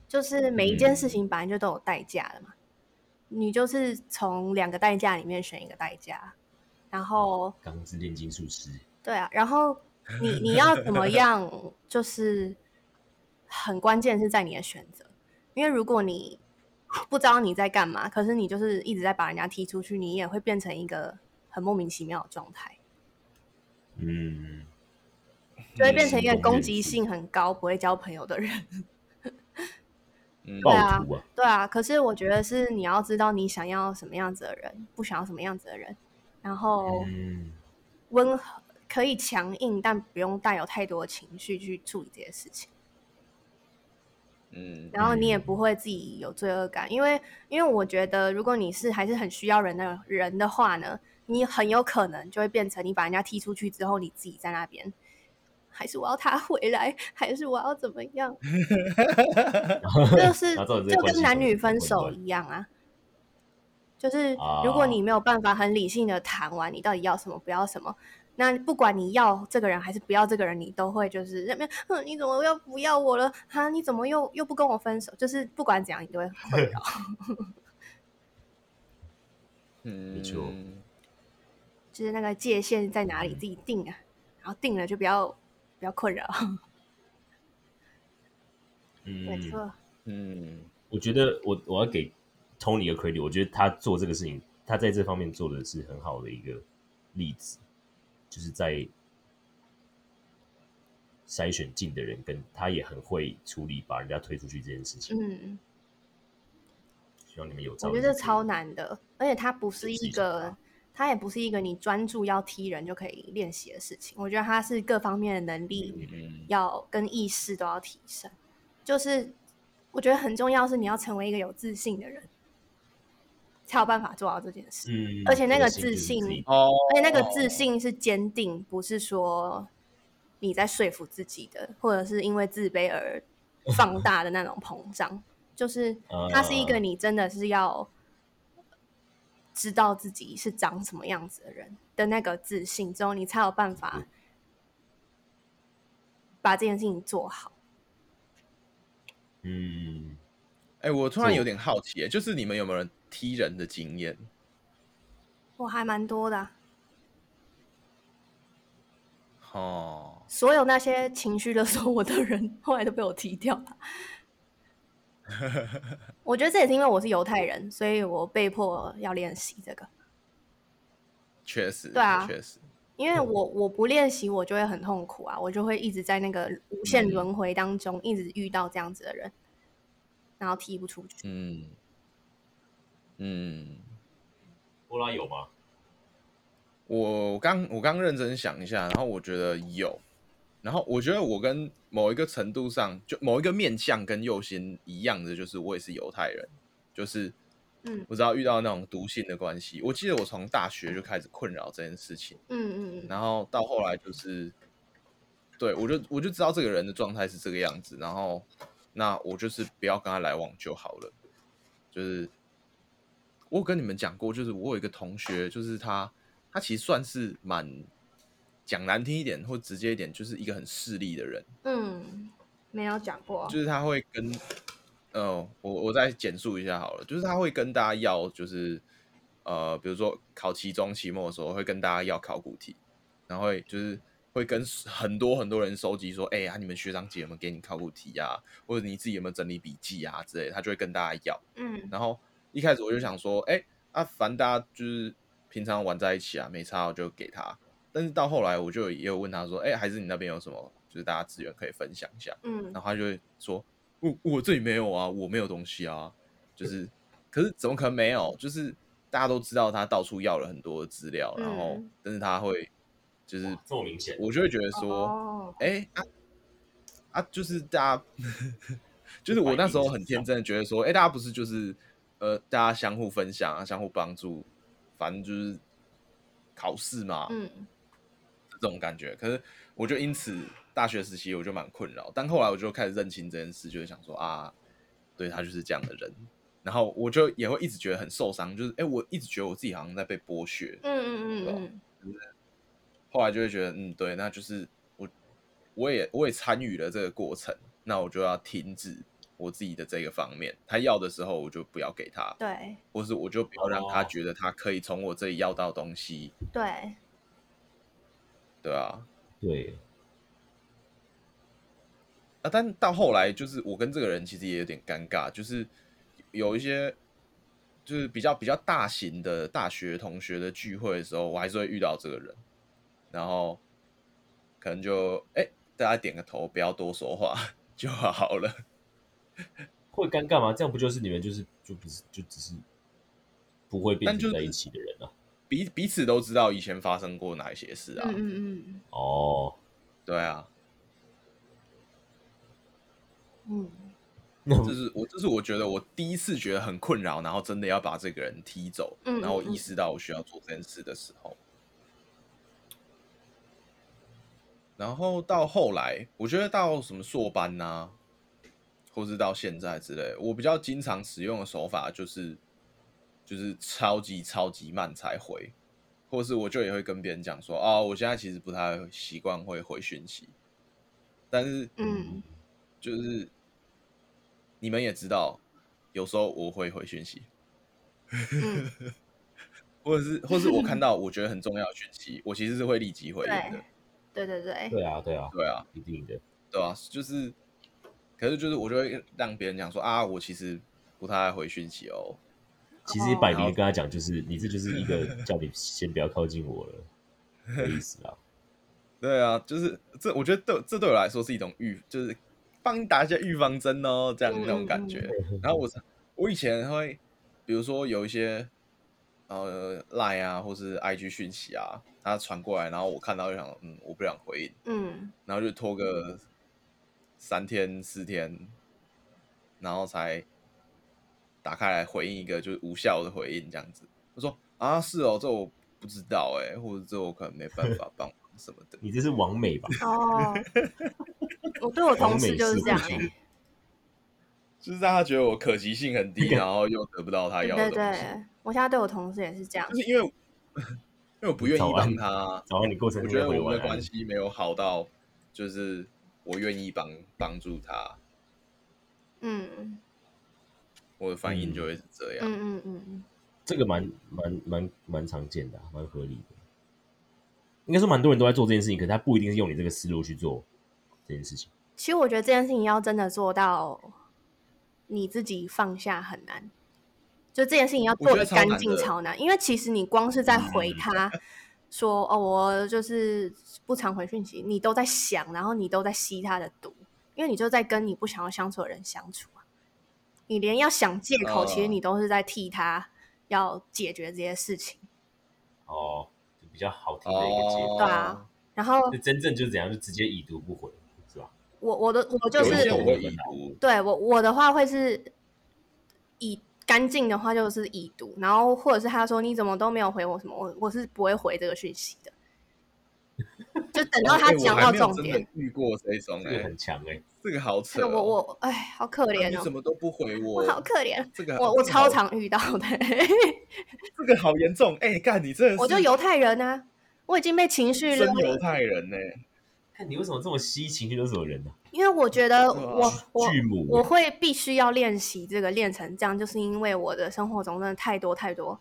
Speaker 1: 就是每一件事情本来就都有代价的嘛，你就是从两个代价里面选一个代价，然后
Speaker 3: 钢之炼金术师，
Speaker 1: 对啊，然后你你要怎么样，就是很关键是在你的选择，因为如果你不知道你在干嘛，可是你就是一直在把人家踢出去，你也会变成一个很莫名其妙的状态，
Speaker 3: 嗯，
Speaker 1: 就会变成一个
Speaker 3: 嗯
Speaker 1: 攻击性很高、不会交朋友的人。
Speaker 2: 嗯
Speaker 3: 暴
Speaker 1: 对啊
Speaker 3: 徒啊，
Speaker 1: 对啊，可是我觉得是你要知道你想要什么样子的人，不想要什么样子的人，然后
Speaker 3: 嗯，
Speaker 1: 温和可以强硬，但不用带有太多的情绪去处理这些事情。
Speaker 2: 嗯
Speaker 1: 然后
Speaker 3: 嗯
Speaker 1: 你也不会自己有罪恶感，因为因为我觉得如果你是还是很需要人的人的话呢，你很有可能就会变成你把人家踢出去之后，你自己在那边，还是我要他 回来，还是我要怎么样？ 就是
Speaker 3: 然后造成这个
Speaker 1: 就
Speaker 3: 关系
Speaker 1: 跟男女分
Speaker 3: 很
Speaker 1: 手
Speaker 3: 混乱
Speaker 1: 一样啊。就是
Speaker 3: 啊
Speaker 1: 如果你没有办法很理性的谈完你到底要什么不要什么，那不管你要这个人还是不要这个人，你都会就是那边，哼，你怎么又不要我了？哈，你怎么又又不跟我分手？就是不管怎样，你都会 很困扰。
Speaker 2: 嗯，
Speaker 3: 没错
Speaker 1: 就是那个界限在哪里自
Speaker 3: 嗯
Speaker 1: 己定啊，然后定了就不要不要困扰。 没
Speaker 3: 嗯，
Speaker 1: 错，
Speaker 2: 嗯
Speaker 3: 我觉得我我要给 Tony 一个 credit，我觉得他做这个事情，他在这方面做的是很好的一个例子，就是在筛选进的人，跟他也很会处理把人家推出去这件事情。
Speaker 1: 嗯，
Speaker 3: 希望你们有朝
Speaker 1: 我
Speaker 3: 一
Speaker 1: 觉
Speaker 3: 日
Speaker 1: 得
Speaker 3: 可以
Speaker 1: 超难的，而且它不是
Speaker 3: 自
Speaker 1: 一
Speaker 3: 己找
Speaker 1: 个
Speaker 3: 吧，
Speaker 1: 它也不是一个你专注要踢人就可以练习的事情。我觉得它是各方面的能力，
Speaker 2: 嗯
Speaker 1: 要跟意识都要提升。就是我觉得很重要是你要成为一个有自信的人，才有办法做到这件事。
Speaker 3: 嗯，
Speaker 1: 而且那个自
Speaker 3: 就是
Speaker 1: 信
Speaker 3: 自己
Speaker 2: 哦，
Speaker 1: 而且那个自信是坚定，不是说你在说服自己的，或者是因为自卑而放大的那种膨 胀。就是它是一个
Speaker 3: 啊
Speaker 1: 你真的是要知道自己是长什么样子的人的那个自信之后，你才有办法
Speaker 3: 嗯
Speaker 1: 把这件事情做好。
Speaker 3: 嗯，
Speaker 2: 哎、我突然
Speaker 3: 做
Speaker 2: 有点好奇耶，就是你们有没有人踢人的经验？
Speaker 1: 我还蛮多的啊、
Speaker 2: 哦，
Speaker 1: 所有那些情绪勒索我的人，后来都被我踢掉了。我觉得这也是因为我是犹太人，所以我被迫要练习这个。
Speaker 2: 确实，
Speaker 1: 对啊
Speaker 2: 确实，
Speaker 1: 因为我我不练习，我就会很痛苦啊，我就会一直在那个无限
Speaker 3: 嗯
Speaker 1: 轮回当中，一直遇到这样子的人，然后踢不出去。
Speaker 2: 嗯嗯，
Speaker 3: 欧拉有吗？
Speaker 2: 我刚我刚认真想一下，然后我觉得有，然后我觉得我跟某一个程度上，就某一个面相跟右心一样的，就是我也是犹太人，就是
Speaker 1: 嗯
Speaker 2: 我知道遇到那种毒性的关系，我记得我从大学就开始困扰这件事情，
Speaker 1: 嗯嗯嗯
Speaker 2: 然后到后来就是，对我就我就知道这个人的状态是这个样子，然后那我就是不要跟他来往就好了。就是我有跟你们讲过，就是我有一个同学，就是他他其实算是蛮讲难听一点或直接一点，就是一个很势利的人，
Speaker 1: 嗯，没有讲过
Speaker 2: 就。是他会跟，呃，我我再简述一下好了，就是他会跟大家要，就是呃，比如说考期中、期末的时候，会跟大家要考古题，然后会就是会跟很多很多人收集说，哎、呀、你们学长姐有没有给你考古题啊，或者你自己有没有整理笔记啊之类的，他就会跟大家要。
Speaker 1: 嗯
Speaker 2: 然后一开始我就想说，哎、啊，反正大家就是平常玩在一起啊，没差我就给他。但是到后来，我就也有问他说，哎、还是你那边有什么，就是大家资源可以分享一下。
Speaker 1: 嗯
Speaker 2: 然后他就会说：“我我这里没有啊，我没有东西啊。”就是，可是怎么可能没有？就是大家都知道他到处要了很多的资料，然后
Speaker 1: 嗯
Speaker 2: 但是他会，就是
Speaker 3: 哇这么明显，
Speaker 2: 我就会觉得说，
Speaker 1: 哦，
Speaker 2: 哎、啊啊，就是大家， 就是我那时候很天真的觉得说，哎、大家不是就是呃，大家相互分享啊，相互帮助，反正就是考试嘛，
Speaker 1: 嗯
Speaker 2: 这种感觉。可是我就因此大学时期我就蛮困扰，但后来我就开始认清这件事，就是想说啊，对他就是这样的人。然后我就也会一直觉得很受伤，就是哎、诶我一直觉得我自己好像在被剥削
Speaker 1: 嗯。嗯嗯嗯，
Speaker 2: 后来就会觉得，嗯，对，那就是我，我也我也参与了这个过程，那我就要停止我自己的这个方面，他要的时候我就不要给他，
Speaker 1: 对
Speaker 2: 或是我就不要让他
Speaker 3: 哦
Speaker 2: 觉得他可以从我这里要到东西，
Speaker 1: 对，
Speaker 2: 对啊。
Speaker 3: 对，
Speaker 2: 啊，但到后来就是我跟这个人其实也有点尴尬，就是有一些就是比较比较大型的大学同学的聚会的时候，我还是会遇到这个人，然后可能就哎、大家点个头，不要多说话 就好了。
Speaker 3: 会尴尬吗？这样不就是你们就是就不是就只是不会变
Speaker 2: 但就
Speaker 3: 成
Speaker 2: 是
Speaker 3: 在一起的人啊？
Speaker 2: 彼彼此都知道以前发生过哪一些事啊，
Speaker 1: 嗯嗯
Speaker 3: 哦，
Speaker 2: 对啊，
Speaker 1: 嗯嗯，
Speaker 3: 那
Speaker 2: 这是我这是我觉得我第一次觉得很困扰，然后真的要把这个人踢走，
Speaker 1: 嗯嗯
Speaker 2: 然后我
Speaker 1: 嗯
Speaker 2: 意识到我需要做这件事的时候。然后到后来，我觉得到什么硕班呐、或是到现在之类，我比较经常使用的手法就是，就是超级超级慢才回，或是我就也会跟别人讲说，啊，我现在其实不太习惯会回讯息，但是
Speaker 1: 嗯，
Speaker 2: 就是你们也知道，有时候我会回讯息，
Speaker 1: 嗯，
Speaker 2: 或者是或是我看到我觉得很重要的讯息，我其实是会立即回应的
Speaker 1: 对。对对对，
Speaker 3: 对啊对啊，
Speaker 2: 对啊，
Speaker 3: 一定的，
Speaker 2: 对啊，就是，可是就是我就会让别人讲说啊，我其实不太爱回讯息哦。
Speaker 3: 其实摆明地跟他讲，就是你这就是一 个叫你先不要靠近我了的意思啊。
Speaker 2: 对啊，就是这，我觉得对这对我来说是一种预，就是帮你打一下预防针哦，这样
Speaker 1: 嗯
Speaker 2: 那种感觉。然后我是我以前会，比如说有一些呃 Line 啊，或是 IG 讯息啊，他传过来，然后我看到就想，嗯，我不想回应，
Speaker 1: 嗯
Speaker 2: 然后就拖个三天四天，然后才打开来回应一个就是无效的回应这样子。我说啊，是哦，这我不知道哎、或者这我可能没办法帮忙什么的。
Speaker 3: 你这是完美 吧？
Speaker 1: 哦，我对我同事就是这样
Speaker 3: 完美是
Speaker 1: 欸，
Speaker 2: 就是让他觉得我可及性很 低，然后又得不到他
Speaker 1: 对
Speaker 2: 要的
Speaker 1: 对
Speaker 2: 东西。
Speaker 1: 对，我现在对我同事也是这样
Speaker 2: 就，是因为我 因为我不愿意帮他，
Speaker 3: 早安，你过程
Speaker 2: 我
Speaker 3: 中
Speaker 2: 觉得
Speaker 3: 会
Speaker 2: 我们
Speaker 3: 晚
Speaker 2: 的关
Speaker 3: 安。
Speaker 2: 系没有好到，就是我愿意帮帮助他，
Speaker 1: 嗯
Speaker 2: 我的反应就会是这
Speaker 1: 嗯
Speaker 2: 样。
Speaker 1: 嗯嗯嗯，
Speaker 3: 这个蛮蛮蛮蛮常见的啊、蛮合理的。应该说蛮多人都在做这件事情，可是他不一定是用你这个思路去做这件事情。
Speaker 1: 其实我觉得这件事情要真的做到你自己放下很难，就这件事情要做
Speaker 2: 我觉得超
Speaker 1: 干
Speaker 2: 难
Speaker 1: 净
Speaker 2: 的嗯
Speaker 1: 超难，因为其实你光是在回他说、哦，我就是不常回讯息，你都在想，然后你都在吸他的毒，因为你就在跟你不想要相处的人相处啊，你连要想借口，其实
Speaker 2: 哦
Speaker 1: 你都是在替他要解决这些事情，
Speaker 3: 哦，就比较好听的一个结果。
Speaker 2: 哦，
Speaker 1: 对啊，然后
Speaker 3: 就真正就是怎样，就直接已读不回，是吧？
Speaker 1: 我我的我就
Speaker 2: 有一
Speaker 1: 是
Speaker 2: 些我会已读，
Speaker 1: 对我我的话会是以干净的话就是已读，然后或者是他说你怎么都没有回我什么，我我是不会回这个讯息的。就等到他
Speaker 2: 哎
Speaker 1: 讲到
Speaker 2: 我还没有
Speaker 1: 重
Speaker 2: 真
Speaker 1: 点
Speaker 2: 的，遇过这种
Speaker 3: 这
Speaker 2: 哎、
Speaker 3: 个很强哎、
Speaker 2: 这个好扯
Speaker 1: 这个
Speaker 2: 哦、
Speaker 1: 我我哎，好可
Speaker 2: 啊
Speaker 1: 怜
Speaker 2: 你怎
Speaker 1: 哦，
Speaker 2: 么都呃不回我？
Speaker 1: 我好可怜。
Speaker 2: 这个
Speaker 1: 我我超
Speaker 2: 常
Speaker 1: 常遇到 的，
Speaker 2: 这个好严重哎！干、你真的是
Speaker 1: 我就犹太人啊，我已经被情绪勒
Speaker 2: 真，犹太人呢、
Speaker 3: 看你为什么这么吸情绪勒索人呢、啊
Speaker 1: 因为我觉得
Speaker 2: 对啊
Speaker 1: 我我
Speaker 3: 巨母
Speaker 1: 我会必须要练习这个练成这样，就是因为我的生活中真的太多太多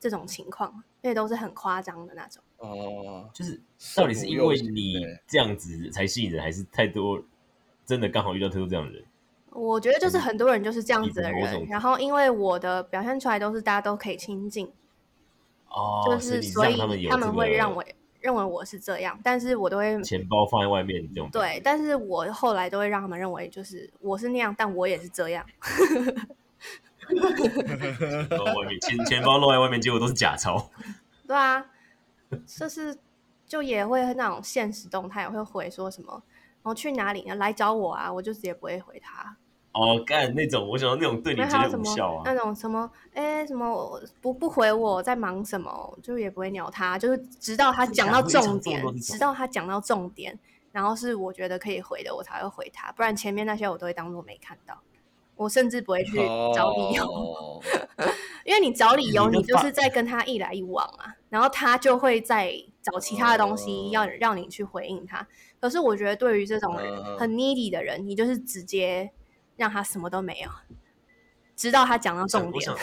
Speaker 1: 这种情况，而且都是很夸张的那种。
Speaker 2: 哦，
Speaker 3: 就是
Speaker 2: 圣
Speaker 3: 到
Speaker 2: 母
Speaker 3: 底是因为
Speaker 2: 又
Speaker 3: 你
Speaker 2: 对
Speaker 3: 这样子才吸引人，还是太多真的刚好遇到太多这样的人？
Speaker 1: 我觉得就是很多人就是这样
Speaker 3: 你
Speaker 1: 子
Speaker 3: 的
Speaker 1: 的
Speaker 3: 某种
Speaker 1: 人，然后因为我的表现出来都是大家都可以亲近，
Speaker 3: 哦，
Speaker 1: 就是
Speaker 3: 所
Speaker 1: 所以
Speaker 3: 以你让们有
Speaker 1: 他们
Speaker 3: 这
Speaker 1: 会
Speaker 3: 个
Speaker 1: 让我认为我是这样，但是我都会
Speaker 3: 钱包放在外面这种感
Speaker 1: 对
Speaker 3: 觉，，
Speaker 1: 但是我后来都会让他们认为就是我是那样，但我也是这样，
Speaker 3: 钱包外面钱钱包露在外面，结果都是假钞。
Speaker 1: 对 啊，就是就也会那种现实动态会回说什么，然后去哪里呢？来找我啊，我就直接不会回他。
Speaker 3: 哦，干那种，我想到那种对你
Speaker 1: 那还
Speaker 3: 绝
Speaker 1: 有
Speaker 3: 对
Speaker 1: 什
Speaker 3: 无
Speaker 1: 么
Speaker 3: 效啊
Speaker 1: 那。种什么，哎、什么我不不回我在忙什么，就也不会鸟他，就是直到他讲到重
Speaker 3: 真的假的我一直做
Speaker 1: 点
Speaker 3: 过这，种
Speaker 1: 直到他讲到重点，然后是我觉得可以回的，我才会回他，不然前面那些我都会当做没看到，我甚至不会去找理由，
Speaker 2: 哦
Speaker 1: 因为你找理由，
Speaker 3: 你就
Speaker 1: 你就
Speaker 3: 把
Speaker 1: 是在跟他一来一往啊，然后他就会在找其他的东西
Speaker 2: 哦
Speaker 1: 要让你去回应他。可是我觉得对于这种人
Speaker 2: 嗯
Speaker 1: 很 needy 的人，你就是直接让他什么都没有，直到他讲到重
Speaker 3: 我
Speaker 1: 点
Speaker 3: 想，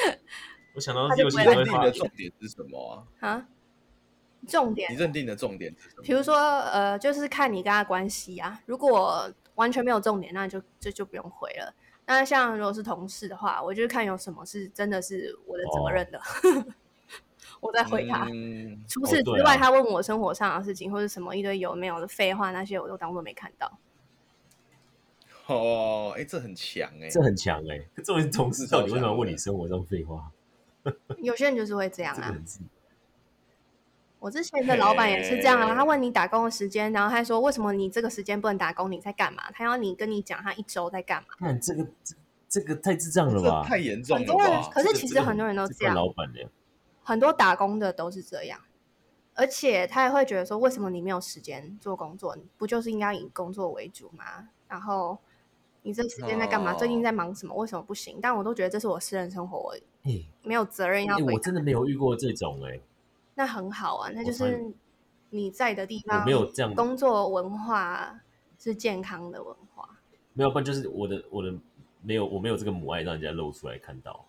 Speaker 3: 我想到
Speaker 1: 他就
Speaker 3: 游
Speaker 1: 不
Speaker 3: 戏
Speaker 1: 会
Speaker 3: 也
Speaker 1: 来
Speaker 3: 会
Speaker 2: 认定
Speaker 3: 画
Speaker 2: 的重点是什么啊？
Speaker 1: 啊。重点
Speaker 2: 你认定的重点是什么？
Speaker 1: 比如说，呃，就是看你跟他关系啊。如果完全没有重点，那就这就不用回了。那像如果是同事的话，我就是看有什么是真的是我的
Speaker 3: 哦
Speaker 1: 责任的， 我再回他。
Speaker 2: 嗯，
Speaker 1: 除此之
Speaker 3: 对
Speaker 1: 外，
Speaker 3: 啊
Speaker 1: 他问我生活上的事情或者什么一堆有没有的废话，那些我都当做没看到。
Speaker 2: 哦，哎、这很强哎、
Speaker 3: 这很强哎、欸。可这种同事到底为什么要问你生活上废话？
Speaker 1: 有些人就是会这样
Speaker 3: 这个
Speaker 1: 啊。
Speaker 3: 很自
Speaker 1: 我之前的老板也是这样啊，
Speaker 2: 嘿
Speaker 1: 他问你打工的时间，然后他说为什么你这个时间不能打工，你在干嘛？他要你跟你讲他一周在干嘛。
Speaker 3: 看这个这这个太智障了
Speaker 2: 这
Speaker 3: 吧？
Speaker 2: 太严重
Speaker 1: 很
Speaker 2: 了
Speaker 1: 多人，
Speaker 2: 吧？
Speaker 1: 可是
Speaker 3: 这个
Speaker 1: 其实
Speaker 3: 这个
Speaker 1: 很多人都
Speaker 3: 这
Speaker 1: 这样
Speaker 3: 怪。老板的，
Speaker 1: 很多打工的都是这样，而且他也会觉得说，为什么你没有时间做工作？你不就是应该以工作为主吗？然后你这时间在干嘛？
Speaker 2: 哦
Speaker 1: 最近在忙什么？为什么不行？但我都觉得这是我私人生活，我
Speaker 3: 哎、
Speaker 1: 没有责任要回
Speaker 3: 哎我
Speaker 1: 答。
Speaker 3: 真的没有遇过这种哎、
Speaker 1: 那很好啊，那
Speaker 3: 我
Speaker 1: 就是你在的地
Speaker 3: 我
Speaker 1: 方
Speaker 3: 没哦有这样
Speaker 1: 工作文化是健康的文化。
Speaker 3: 没有，不然就是我的我的没有我没有这个母爱让人家露出来看到，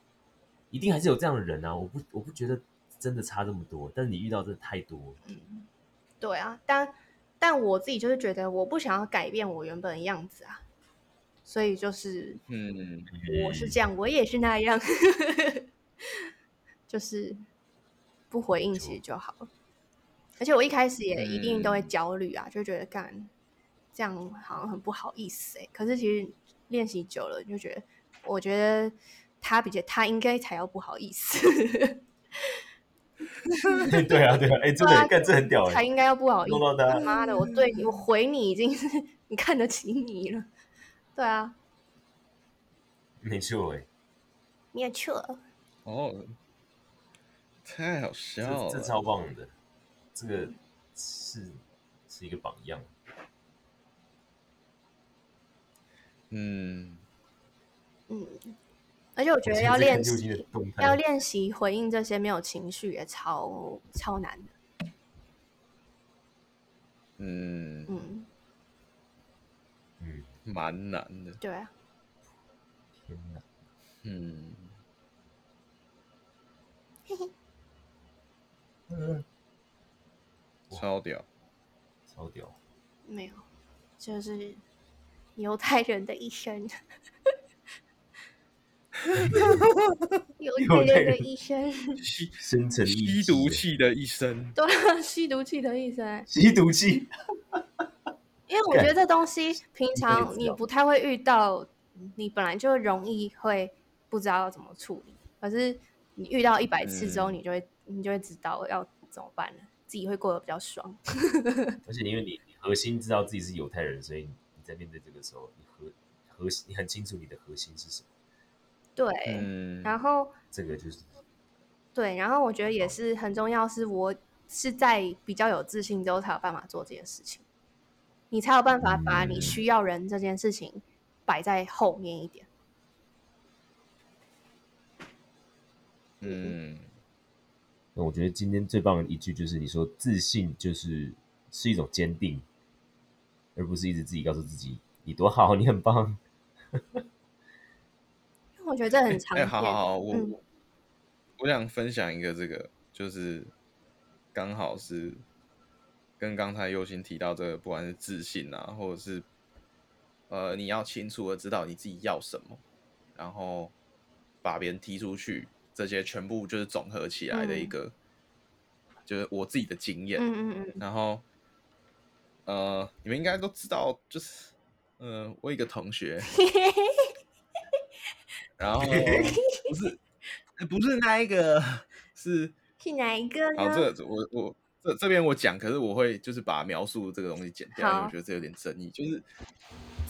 Speaker 3: 一定还是有这样的人啊！我不我不觉得真的差这么多，但是你遇到真的太多，
Speaker 1: 对啊，但但我自己就是觉得我不想要改变我原本的样子啊，所以就是
Speaker 2: 嗯，
Speaker 1: 我是这样，我也是那样，就是不回应其实就好了。而且我一开始也一定都会
Speaker 2: 嗯
Speaker 1: 焦虑啊，就觉得干这样好像很不好意思哎、可是其实练习久了，就觉得我觉得他比较他应该才要不好意思，
Speaker 3: 对啊对啊，哎、
Speaker 1: 对
Speaker 3: 真
Speaker 1: 啊
Speaker 3: 的干这很屌
Speaker 1: 他
Speaker 3: 哎、
Speaker 1: 应该要不好意思
Speaker 3: 弄。到他
Speaker 1: 他妈的，我对你我回你已经是你看得起你了，对啊，
Speaker 3: 没错哎、
Speaker 1: 你也去了，
Speaker 2: 哦，太好笑
Speaker 3: 这这
Speaker 2: 了。
Speaker 3: 超棒的，这个是是一个榜样。
Speaker 2: 嗯，
Speaker 1: 嗯，而且我觉得
Speaker 3: 我
Speaker 1: 要
Speaker 3: 现在
Speaker 1: 练
Speaker 3: 在看右心的
Speaker 1: 习。
Speaker 3: 动态
Speaker 1: 要练习回应这些没有情绪也超超难的，
Speaker 2: 嗯，
Speaker 1: 嗯，
Speaker 3: 嗯，
Speaker 2: 蛮难的。
Speaker 1: 对啊，
Speaker 3: 天哪，
Speaker 2: 嗯，
Speaker 3: 嗯，
Speaker 2: 超屌。
Speaker 3: 超屌，
Speaker 1: 没有，就是犹太人的一生，犹太人的一生，
Speaker 3: 深沉
Speaker 2: 吸毒，气的一生，
Speaker 1: 对啊， 吸毒气的一生，
Speaker 3: 吸毒气，
Speaker 1: 因为我觉得这东西平
Speaker 3: 一辈
Speaker 1: 常
Speaker 3: 子
Speaker 1: 你
Speaker 3: 啊
Speaker 1: 不太会遇到，你本来就容易会不知道要怎么处理，可是你遇到一百次之后，
Speaker 2: 嗯
Speaker 1: 你就会你就会知道要怎么办了，自己会过得比较爽。
Speaker 3: 而且因为你你核心知道自己是犹太人，所以你在面对这个时候，你核核心你很清楚你的核心是什么，
Speaker 1: 对，
Speaker 2: 嗯，
Speaker 1: 然后
Speaker 3: 这个就是
Speaker 1: 对，然后我觉得也是很重要，是我是在比较有自信之后才有办法做这件事情，你才有办法把你
Speaker 2: 嗯
Speaker 1: 需要人这件事情摆在后面一点。
Speaker 2: 嗯，
Speaker 3: 那我觉得今天最棒的一句就是你说自信就是是一种坚定，而不是一直自己告诉自己你多好，你很棒。
Speaker 1: 因为我觉得这很常
Speaker 2: 哎、
Speaker 1: 见。
Speaker 2: 好好好，我、
Speaker 1: 嗯
Speaker 2: 我我想分享一个这个，就是刚好是跟刚才右心提到这个，不管是自信啊，或者是呃，你要清楚的知道你自己要什么，然后把别人踢出去，这些全部就是总合起来的一
Speaker 1: 嗯
Speaker 2: 个，就是我自己的经验。
Speaker 1: 嗯嗯嗯，
Speaker 2: 然后，呃，你们应该都知道，就是，呃，我有一个同学，然后不是，呃不是那一个，是
Speaker 1: 是哪一个
Speaker 2: 好，
Speaker 1: 呢？
Speaker 2: 这个我我这这边我讲，可是我会就是把描述这个东西剪掉，因为
Speaker 1: 好
Speaker 2: 我觉得这有点争议。就是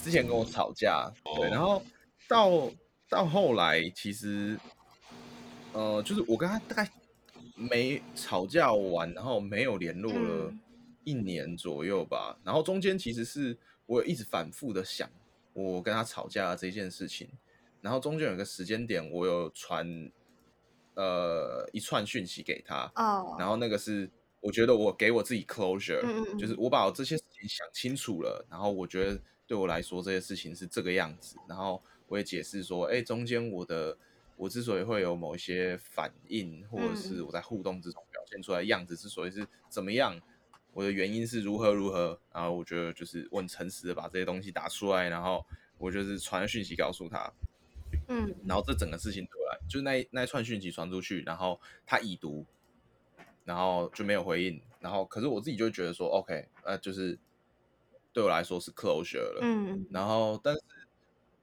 Speaker 2: 之前跟我吵架，对，
Speaker 1: 哦
Speaker 2: 然后到到后来，其实呃，就是我跟他大概没吵架完，然后没有联络了
Speaker 1: 嗯
Speaker 2: 一年左右吧。然后中间其实是我有一直反复的想我跟他吵架的这件事情，然后中间有一个时间点，我有传。呃，一串讯息给他，
Speaker 1: 哦，
Speaker 2: 然后那个是我觉得我给我自己 closure，、
Speaker 1: 嗯嗯嗯
Speaker 2: 就是我把我这些事情想清楚了，然后我觉得对我来说这些事情是这个样子，然后我也解释说，哎，中间我的我之所以会有某一些反应，
Speaker 1: 嗯
Speaker 2: 或者是我在互动之中表现出来的样子之所以是怎么样，我的原因是如何如何，然后我觉得就是我很诚实的把这些东西打出来，然后我就是传讯息告诉他，
Speaker 1: 嗯
Speaker 2: 然后这整个事情对我来，就是那一那一串讯息传出去，然后他已读，然后就没有回应，然后可是我自己就会觉得说，OK，呃，就是对我来说是 closure 了，
Speaker 1: 嗯
Speaker 2: 然后但是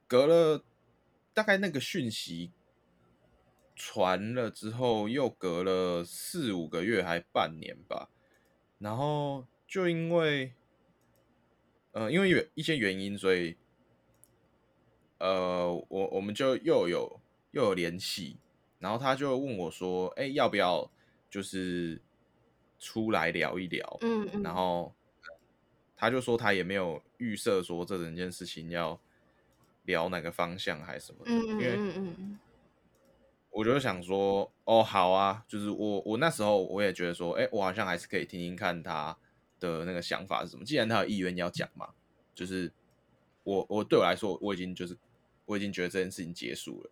Speaker 2: 隔了大概那个讯息传了之后，又隔了四五个月还半年吧，然后就因为呃因为有一些原因，所以呃我我们就又有又有联系，然后他就问我说，哎、要不要就是出来聊一聊？
Speaker 1: 嗯嗯，
Speaker 2: 然后他就说他也没有预设说这整件事情要聊哪个方向还是什么的，
Speaker 1: 嗯嗯
Speaker 2: 因为
Speaker 1: 嗯嗯嗯
Speaker 2: 我就想说，哦，好啊，就是我我那时候我也觉得说，哎，我好像还是可以听听看他的那个想法是什么，既然他有意愿要讲嘛，就是我我对我来说，我已经就是我已经觉得这件事情结束了，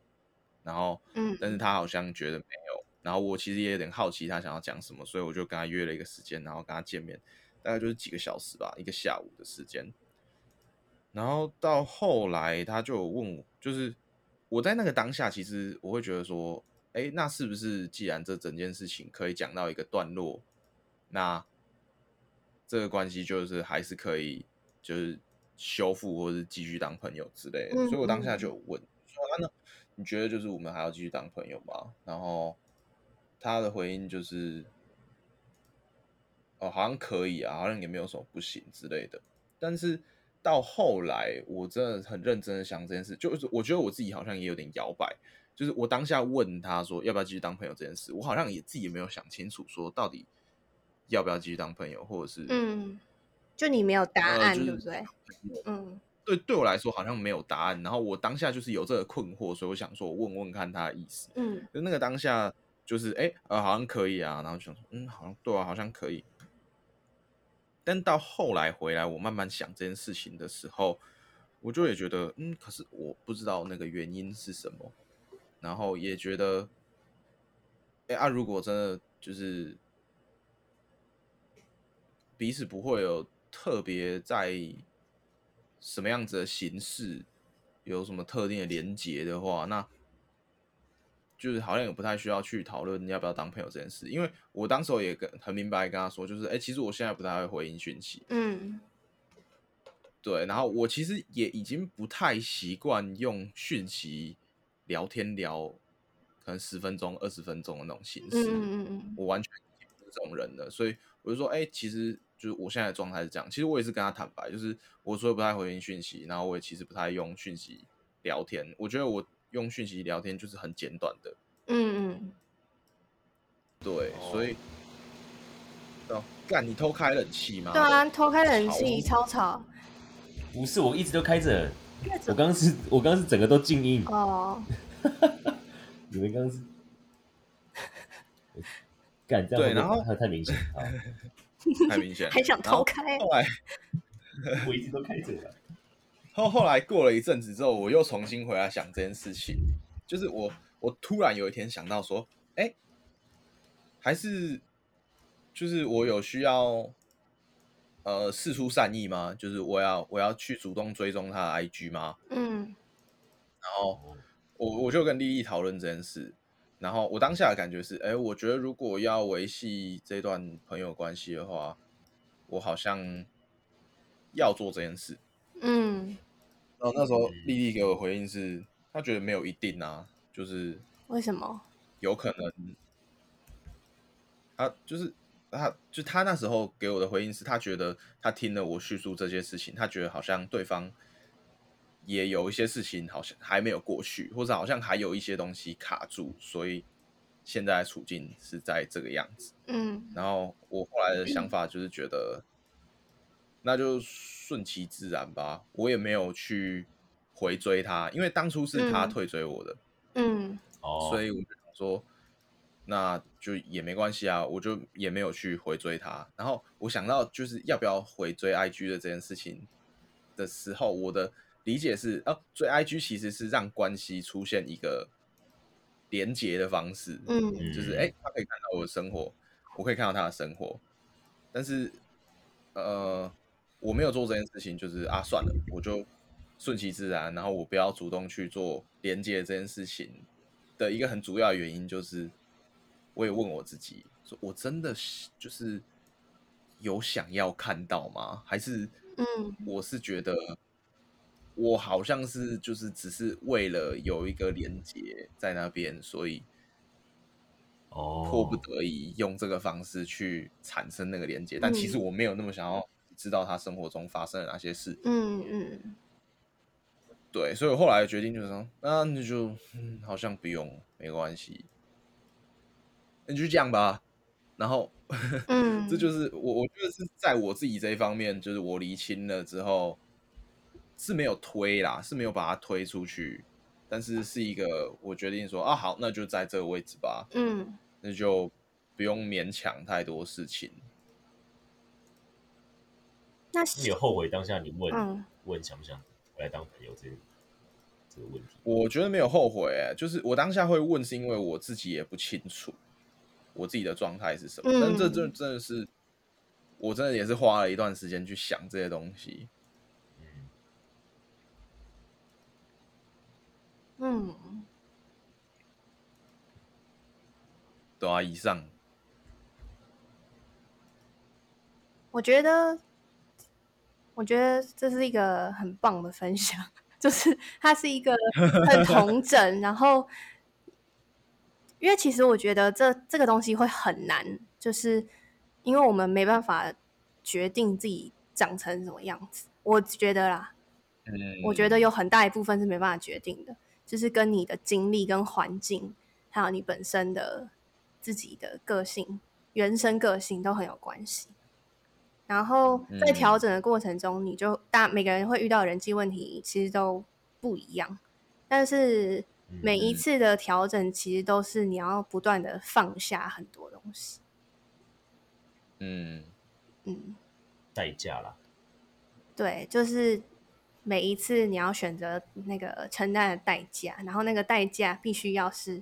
Speaker 2: 然后
Speaker 1: 嗯
Speaker 2: 但是他好像觉得没有，然后我其实也有点好奇他想要讲什么，所以我就跟他约了一个时间，然后跟他见面，大概就是几个小时吧，一个下午的时间。然后到后来他就有问我，就是我在那个当下，其实我会觉得说，哎，那是不是既然这整件事情可以讲到一个段落，那这个关系就是还是可以就是修复或是继续当朋友之类的。
Speaker 1: 嗯
Speaker 2: 所以我当下
Speaker 1: 嗯
Speaker 2: 就有问说，啊那你觉得就是我们还要继续当朋友吗？然后他的回应就是，哦，好像可以啊，好像也没有什么不行之类的。但是到后来，我真的很认真的想这件事，就是我觉得我自己好像也有点摇摆，就是我当下问他说要不要继续当朋友这件事，我好像也自己也没有想清楚，说到底要不要继续当朋友，或者是
Speaker 1: 嗯，就你没有答
Speaker 2: 呃
Speaker 1: 案，
Speaker 2: 就是
Speaker 1: 对不对？嗯
Speaker 2: 对对我来说好像没有答案。然后我当下就是有这个困惑，所以我想说我问问看他的意思。
Speaker 1: 嗯
Speaker 2: 就那个当下就是哎、诶呃好像可以啊，然后就想说嗯好像对啊好像可以，但到后来回来我慢慢想这件事情的时候，我就也觉得嗯可是我不知道那个原因是什么，然后也觉得哎、诶啊如果真的就是彼此不会有特别在什么样子的形式有什么特定的连结的话，那就是好像也不太需要去讨论要不要当朋友这件事，因为我当时候也跟很明白地跟他说，就是哎、诶其实我现在不太会回应讯息，
Speaker 1: 嗯
Speaker 2: 对，然后我其实也已经不太习惯用讯息聊天聊，可能十分钟、二十分钟的那种形
Speaker 1: 嗯
Speaker 2: 式，
Speaker 1: 嗯嗯
Speaker 2: 我完全已经不是这种人了，所以我就说，哎、其实就是我现在的状态是这样。其实我也是跟他坦白，就是我说不太回应讯息，然后我也其实不太用讯息聊天。我觉得我用讯息聊天就是很简短的，
Speaker 1: 嗯嗯，
Speaker 2: 对，
Speaker 3: 哦
Speaker 2: 所以，哦，干你偷开冷气吗？
Speaker 1: 对啊，偷开冷
Speaker 2: 吵
Speaker 1: 气超吵，
Speaker 3: 不是，我一直都开着，
Speaker 1: 越
Speaker 3: 我
Speaker 1: 走
Speaker 3: 刚刚是，我刚刚是整个都静音，
Speaker 1: 哦，
Speaker 3: 你们刚刚是，干这
Speaker 2: 对
Speaker 3: 样会不会
Speaker 2: 然后
Speaker 3: 太太明显，好，
Speaker 2: 太明显了，
Speaker 1: 还想
Speaker 2: 然后
Speaker 1: 偷开，
Speaker 2: 后来
Speaker 3: 我一直都开着了，
Speaker 2: 后后来过了一阵子之后，我又重新回来想这件事情，就是我我突然有一天想到说，哎、还是就是我有需要呃事出善意吗？就是我要我要去主动追踪他的 IG 吗？
Speaker 1: 嗯
Speaker 3: 哦
Speaker 2: 我我就跟丽丽讨论这件事，然后我当下的感觉是，哎、我觉得如果要维系这段朋友关系的话，我好像要做这件事。嗯
Speaker 1: 嗯，
Speaker 2: 然后那时候丽丽给我回应是，她觉得没有一定啊，就是
Speaker 1: 为什么？
Speaker 2: 有可能，她就是她就她那时候给我的回应是，她觉得她听了我叙述这些事情，她觉得好像对方也有一些事情好像还没有过去，或者好像还有一些东西卡住，所以现在的处境是在这个样子。
Speaker 1: 嗯
Speaker 2: 然后我后来的想法就是觉得，那就顺其自然吧。我也没有去回追他，因为当初是他
Speaker 1: 嗯
Speaker 2: 退追我的，
Speaker 1: 嗯
Speaker 3: 哦，
Speaker 2: 所以我就想说，那就也没关系啊，我就也没有去回追他。然后我想到就是要不要回追 IG 的这件事情的时候，我的理解是，哦、所以 IG 其实是让关系出现一个连结的方式，
Speaker 1: 嗯
Speaker 2: 就是
Speaker 3: 嗯
Speaker 2: 哎、他可以看到我的生活，我可以看到他的生活，但是呃，我没有做这件事情，就是啊，算了，我就顺其自然，然后我不要主动去做连接这件事情的一个很主要的原因，就是我也问我自己，说我真的是就是有想要看到吗？还是
Speaker 1: 嗯
Speaker 2: 我是觉得我好像是就是只是为了有一个连接在那边，所以。
Speaker 3: 哦，
Speaker 2: 迫不得已用这个方式去产生那个连接，但其实我没有那么想要知道他生活中发生了哪些事。
Speaker 1: 嗯嗯，
Speaker 2: 对，所以我后来的决定就是说，那你就、嗯、好像不用，没关系，那你就这样吧。然后，
Speaker 1: 嗯
Speaker 2: 这就是我我觉得是在我自己这一方面，就是我厘清了之后是没有推啦，是没有把它推出去，但是是一个我决定说啊，好，那就在这个位置吧。
Speaker 1: 嗯
Speaker 2: 那就不用勉强太多事情。
Speaker 1: 那
Speaker 3: 你有后悔当下你问、
Speaker 1: 嗯
Speaker 3: 问想不想回来当朋友这个这个问题？
Speaker 2: 我觉得没有后悔、欸，就是我当下会问，是因为我自己也不清楚我自己的状态是什么。
Speaker 1: 嗯
Speaker 2: 但这真真的是，我真的也是花了一段时间去想这些东西。
Speaker 3: 嗯，
Speaker 1: 嗯，
Speaker 2: 对啊，以上
Speaker 1: 我觉得，我觉得这是一个很棒的分享， 就是它是一个很同整，然后因为其实我觉得这这个东西会很难，就是因为我们没办法决定自己长成什么样子，我觉得啦，
Speaker 2: 嗯
Speaker 1: 我觉得有很大一部分是没办法决定的，就是跟你的经历、跟环境，还有你本身的自己的个性、原生个性都很有关系。然后在
Speaker 2: 嗯
Speaker 1: 调整的过程中，你就大每个人会遇到的人际问题，其实都不一样。但是每一
Speaker 2: 嗯
Speaker 1: 次的调整，其实都是你要不断的放下很多东西。
Speaker 2: 嗯，
Speaker 1: 嗯，
Speaker 3: 代价啦，
Speaker 1: 对，就是每一次你要选择那个承担的代价，然后那个代价必须要是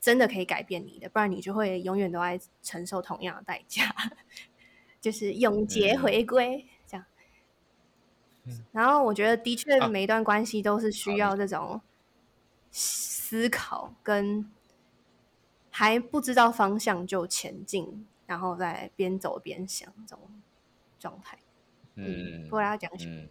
Speaker 1: 真的可以改变你的，不然你就会永远都在承受同样的代价， 就是永劫
Speaker 2: 嗯
Speaker 1: 回归、这样
Speaker 2: 嗯。
Speaker 1: 然后我觉得，的确
Speaker 2: 啊
Speaker 1: 每一段关系都是
Speaker 2: 好
Speaker 1: 需
Speaker 2: 你
Speaker 1: 要这种思考跟还不知道方向就前进，然后再边走边想这种状态。
Speaker 2: 嗯，
Speaker 1: 不过要讲什么？
Speaker 2: 嗯。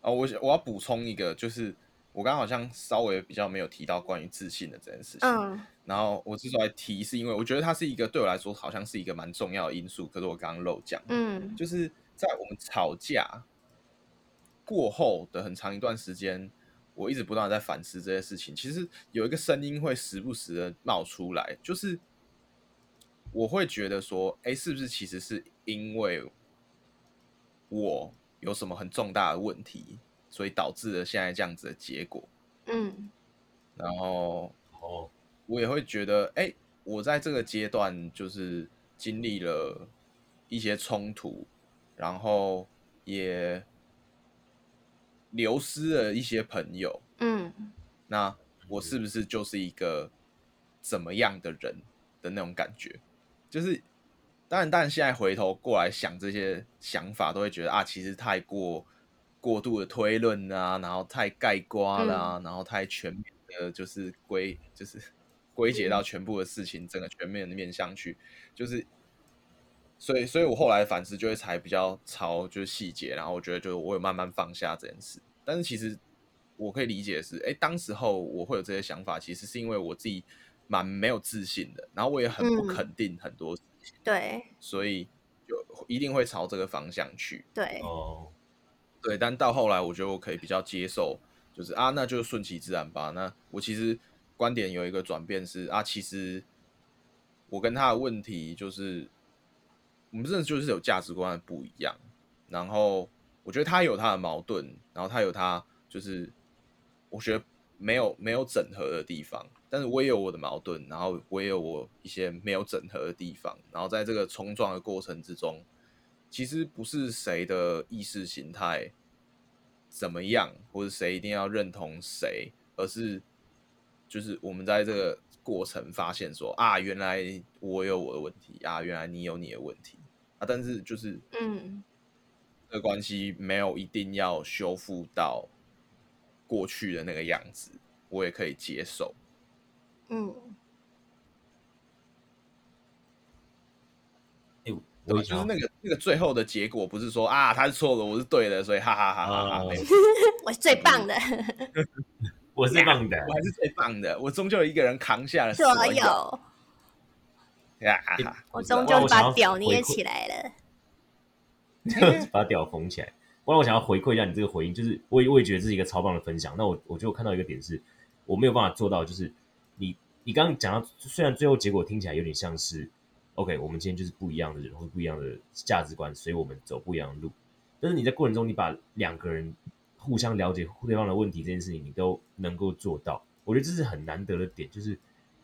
Speaker 2: 哦，我想我要补充一个，就是我刚刚好像稍微比较没有提到关于自信的这件事情。
Speaker 1: 嗯
Speaker 2: 然后我之所以提，是因为我觉得它是一个对我来说好像是一个蛮重要的因素，可是我刚刚漏讲。
Speaker 1: 嗯
Speaker 2: 就是在我们吵架过后的很长一段时间，我一直不断的在反思这些事情。其实有一个声音会时不时的冒出来，就是我会觉得说，哎、是不是其实是因为我有什么很重大的问题，所以导致了现在这样子的结果？
Speaker 1: 嗯
Speaker 2: 然后
Speaker 3: 哦，
Speaker 2: 我也会觉得，哎、我在这个阶段就是经历了一些冲突，然后也流失了一些朋友。
Speaker 1: 嗯
Speaker 2: 那我是不是就是一个怎么样的人的那种感觉？就是，当然，当然，现在回头过来想这些想法，都会觉得啊，其实太过过度的推论啊，然后太盖瓜啦、然后太全面的，就是归就是 归结到全部的事情，整个全面的面向去，就是。所以，所以我后来反思就会才比较朝就是细节，然后我觉得就是我有慢慢放下这件事。但是其实我可以理解的是，哎、当时候我会有这些想法，其实是因为我自己蛮没有自信的，然后我也很不
Speaker 1: 嗯
Speaker 2: 肯定很多事情，
Speaker 1: 对
Speaker 2: 所以就一定会朝这个方向去。
Speaker 1: 对，
Speaker 3: 哦，
Speaker 2: 对，但到后来我觉得我可以比较接受，就是啊，那就顺其自然吧。那我其实观点有一个转变是啊，其实我跟他的问题就是，我们真的就是有价值观的不一样。然后我觉得他有他的矛盾，然后他有他就是我觉得没有没有整合的地方，但是我也有我的矛盾，然后我也有我一些没有整合的地方，然后在这个冲撞的过程之中，其实不是谁的意识形态怎么样，或者谁一定要认同谁，而是就是我们在这个过程发现说啊，原来我有我的问题啊，原来你有你的问题啊，但是就是
Speaker 1: 嗯，
Speaker 2: 这个关系没有一定要修复到过去的那个样子，我也可以接受。
Speaker 1: 嗯，
Speaker 3: 哎，
Speaker 2: 对
Speaker 3: 我
Speaker 2: 吧，
Speaker 3: 也
Speaker 2: 就是
Speaker 3: 想要
Speaker 2: 那个那个最后的结果不是说啊他是错的，我是对的，所以哈哈哈哈哈
Speaker 3: 哦
Speaker 2: 没有
Speaker 1: 我是最棒的，
Speaker 3: 嗯我是棒的，啊
Speaker 2: 我还是最棒的，我终究一个人扛下了
Speaker 1: 所
Speaker 2: 有。
Speaker 1: 啊有，
Speaker 2: 呀哈哈，
Speaker 1: 我
Speaker 2: 不知道
Speaker 1: 终
Speaker 3: 那
Speaker 1: 究
Speaker 3: 我想
Speaker 1: 把
Speaker 3: 要
Speaker 1: 屌
Speaker 3: 回
Speaker 1: 捏
Speaker 3: 馈
Speaker 1: 起来了。
Speaker 3: 把屌缝起来。不然我想要回馈一下你这个回应，就是我也我也觉得这是一个超棒的分享。那我我就看到一个点是，我没有办法做到，就是你你刚刚讲到，虽然最后结果听起来有点像是 OK，我们今天就是不一样的人或不一样的价值观，所以我们走不一样的路。但是你在过程中，你把两个人互相了解对方的问题这件事情，你都能够做到，我觉得这是很难得的点。就是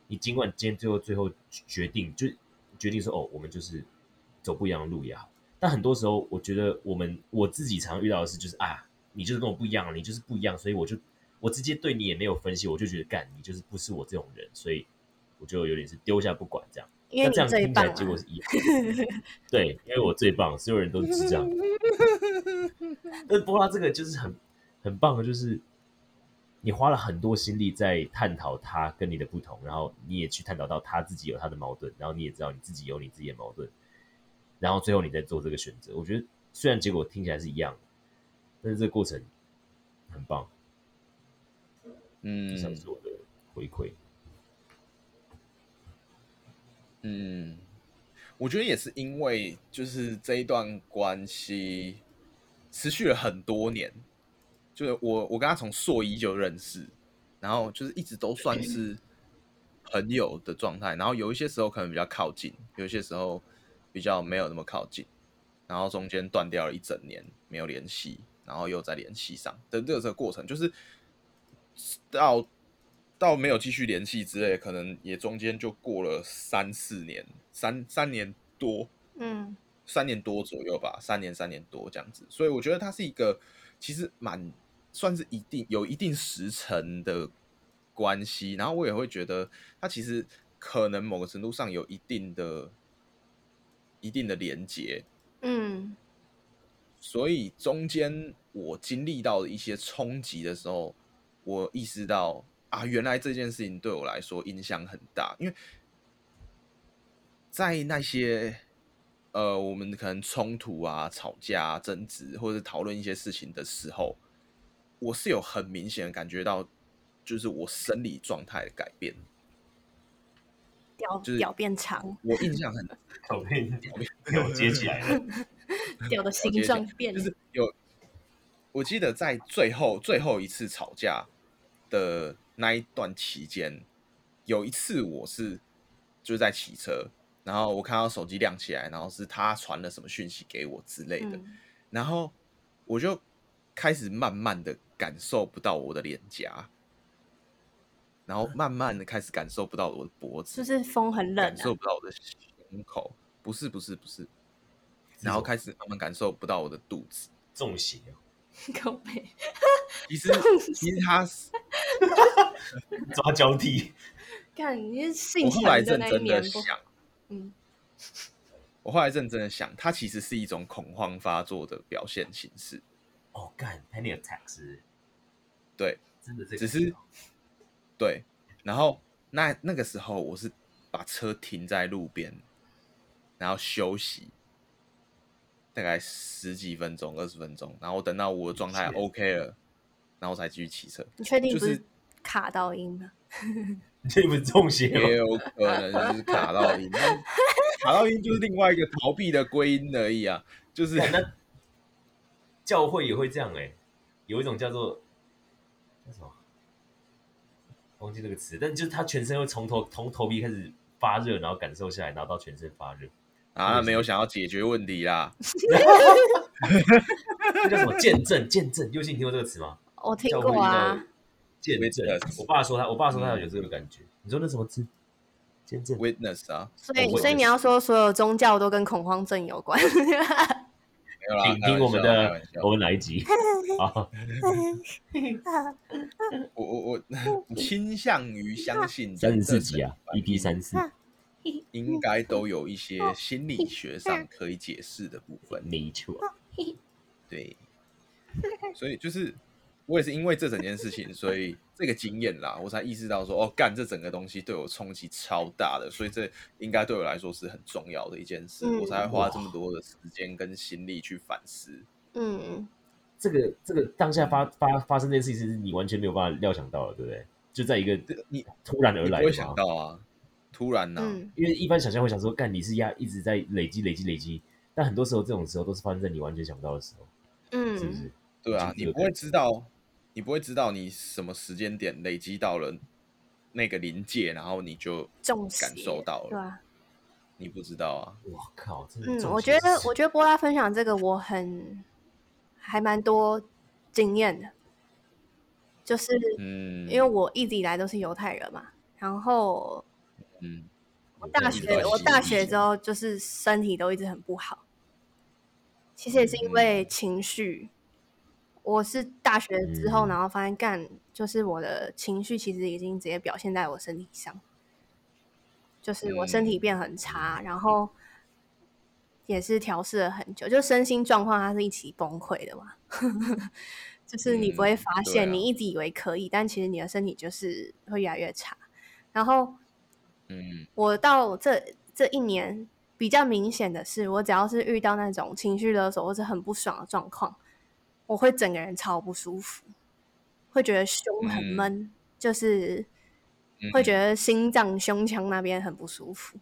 Speaker 3: 你尽管今天最后最后决定，就是决定说哦，我们就是走不一样的路也好。但很多时候，我觉得我们我自己常遇到的是，就是啊，你就是跟我不一样，你就是不一样，所以我就我直接对你也没有分析，我就觉得干你就是不是我这种人，所以我就有点是丢下不管这样。
Speaker 1: 因为
Speaker 3: 那这
Speaker 1: 你
Speaker 3: 样
Speaker 1: 最
Speaker 3: 听起
Speaker 1: 棒、
Speaker 3: 来
Speaker 1: 啊，
Speaker 3: 结果是一样的。对，因为我最棒，所有人都是这 样。但波拉这个就是很很棒的，就是你花了很多心力在探讨他跟你的不同，然后你也去探讨到他自己有他的矛盾，然后你也知道你自己有你自己的矛盾，然后最后你再做这个选择。我觉得虽然结果听起来是一样的，但是这个过程很棒，这
Speaker 2: 嗯
Speaker 3: 算是我的回馈。
Speaker 2: 嗯，我觉得也是因为就是这一段关系持续了很多年，就是我我跟他从硕一就认识，然后就是一直都算是朋友的状态，然后有一些时候可能比较靠近，有一些时候比较没有那么靠近，然后中间断掉了一整年没有联系，然后又再联系上的这个过程，就是到到没有继续联系之类，可能也中间就过了三四年，三三年多，
Speaker 1: 嗯
Speaker 2: 三年多左右吧，三年三年多这样子。所以我觉得它是一个其实蛮算是一定有一定时程的关系，然后我也会觉得它其实可能某个程度上有一定的一定的连接，
Speaker 1: 嗯
Speaker 2: 所以中间我经历到的一些冲击的时候，我意识到啊，原来这件事情对我来说影响很大，因为在那些呃，我们可能冲突啊、吵架、啊、争执，或者讨论一些事情的时候，我是有很明显的感觉到，就是我生理状态的改变。
Speaker 1: 屌
Speaker 2: 就是
Speaker 1: 屌变 长，
Speaker 2: 我印象很
Speaker 3: 我 被我接起来了，
Speaker 1: 屌的形
Speaker 2: 解
Speaker 1: 状变
Speaker 2: 就
Speaker 1: 了。
Speaker 2: 是有，我记得在最后最后一次吵架的那一段期间，有一次我是就是在骑车，然后我看到手机亮起来，然后是他传了什么讯息给我之类的，
Speaker 1: 嗯
Speaker 2: 然后我就开始慢慢的感受不到我的脸颊，然后慢慢的开始感受不到我的脖子，
Speaker 1: 嗯就是风很冷
Speaker 2: 感
Speaker 1: 啊
Speaker 2: 受，不到我的胸口，不是不是不是，然后开始慢慢感受不到我的肚子。
Speaker 3: 中邪哦，
Speaker 1: 靠背，
Speaker 2: 其实其实 他是
Speaker 3: 抓交替。
Speaker 1: 看你是姓
Speaker 2: 我后
Speaker 1: 陈
Speaker 2: 来
Speaker 1: 的
Speaker 2: 认
Speaker 1: 那一
Speaker 2: 真的
Speaker 1: 年不？
Speaker 2: 想，
Speaker 1: 嗯
Speaker 2: 我后来认真的想，它其实是一种恐慌发作的表现形式。
Speaker 3: 哦，干，panic attack 是不是
Speaker 2: 对
Speaker 3: 真的这个，
Speaker 2: 只是对，然后那那个时候我是把车停在路边，然后休息。大概十几分钟、二十分钟，然后等到我的状态
Speaker 3: 是
Speaker 2: OK 了，然后才继续骑车。
Speaker 1: 你确定不
Speaker 2: 就是
Speaker 1: 是卡到音吗？
Speaker 3: 这不是中邪
Speaker 1: 哎
Speaker 3: 吗？
Speaker 2: 也有可能就是卡到音， 但卡到音就是另外一个逃避的归因而已啊，就是
Speaker 3: 哎那教会也会这样哎、有一种叫做叫什么，忘记这个词，但就是他全身会从头从头皮开始发热，然后感受下来，然后到全身发热，
Speaker 2: 啊没有想要解决问题啦，
Speaker 3: 那叫什么见证？ 见证，尤其你听过这个词吗？
Speaker 1: 我听
Speaker 3: 教会
Speaker 1: 过
Speaker 3: 遇
Speaker 1: 啊
Speaker 3: 到，见证
Speaker 2: Witness，
Speaker 3: 我爸说他，我爸说
Speaker 2: 嗯
Speaker 3: 他有这个感觉。你说那什么字？见证？
Speaker 2: witness 啊，
Speaker 1: 所以
Speaker 3: 我
Speaker 1: 所以你要说所有宗教都跟恐慌症有关，
Speaker 2: 有啦
Speaker 3: 请
Speaker 2: 开玩
Speaker 3: 听我们
Speaker 2: 笑开
Speaker 3: 的
Speaker 2: 玩笑
Speaker 3: 我们哪 一集？哦好，
Speaker 2: 我我 我倾向于相信
Speaker 3: 三十四
Speaker 2: 这
Speaker 3: 集啊
Speaker 2: 整
Speaker 3: ，EP 三四，
Speaker 2: 应该都有一
Speaker 1: 嗯
Speaker 2: 些心理学上可以解释的部分。
Speaker 3: 没错，
Speaker 2: 对，所以就是我也是因为这整件事情，所以这个经验啦，我才意识到说，哦，干这整个东西对我冲击超大的，所以这应该对我来说是很重要的一件事，
Speaker 1: 嗯
Speaker 2: 我才会花这么多的时间跟心力去反思。
Speaker 1: 嗯，
Speaker 3: 这个这个当下发发发生这件事情，是你完全没有办法料想到的，对不对？就在一个
Speaker 2: 你
Speaker 3: 突然而
Speaker 2: 你不
Speaker 3: 来
Speaker 2: 会
Speaker 3: 的嘛
Speaker 2: 想，到啊，突然呐、
Speaker 1: 嗯，
Speaker 3: 因为一般想象会想说，干你是压一直在累积累积累积，但很多时候这种时候都是发生在你完全想不到的时候，
Speaker 1: 嗯，
Speaker 3: 是不是？
Speaker 2: 对啊，
Speaker 3: 就
Speaker 2: 你
Speaker 3: 有
Speaker 2: 不会知道，你不会知道你什么时间点累积到了那个临界，然后你就
Speaker 1: 中邪
Speaker 2: 感受到
Speaker 1: 对
Speaker 2: 了，
Speaker 1: 啊，
Speaker 2: 你不知道啊。
Speaker 3: 我靠，真的
Speaker 1: 嗯
Speaker 3: 中，邪
Speaker 1: 我觉得
Speaker 3: 是
Speaker 1: 我觉得波拉分享这个我很还蛮多经验的，就是
Speaker 2: 嗯，
Speaker 1: 因为我一直以来都是犹太人嘛，然后
Speaker 2: 嗯，
Speaker 3: 我
Speaker 1: 大
Speaker 2: 一直
Speaker 1: 学
Speaker 2: 都
Speaker 1: 我
Speaker 2: 是
Speaker 1: 大
Speaker 2: 一
Speaker 1: 学
Speaker 2: 直
Speaker 1: 之后就是身体都一直很不好，其实也
Speaker 2: 嗯
Speaker 1: 是因为情绪。我是大学之后，
Speaker 3: 嗯
Speaker 1: 然后发现干就是我的情绪其实已经直接表现在我身体上，就是我身
Speaker 2: 嗯
Speaker 1: 体变很差，然后也是调试了很久，就身心状况它是一起崩溃的嘛。 就是你不会
Speaker 2: 嗯
Speaker 1: 发
Speaker 2: 对
Speaker 1: 现，
Speaker 2: 啊
Speaker 1: 你一直以为可以，但其实你的身体就是会越来越差。然后
Speaker 2: 嗯，
Speaker 1: 我到这这一年比较明显的是，我只要是遇到那种情绪勒索或者很不爽的状况，我会整个人超不舒服，会觉得胸很
Speaker 2: 嗯
Speaker 1: 闷，就是
Speaker 2: 嗯
Speaker 1: 会觉得心脏、胸腔那边很不舒服，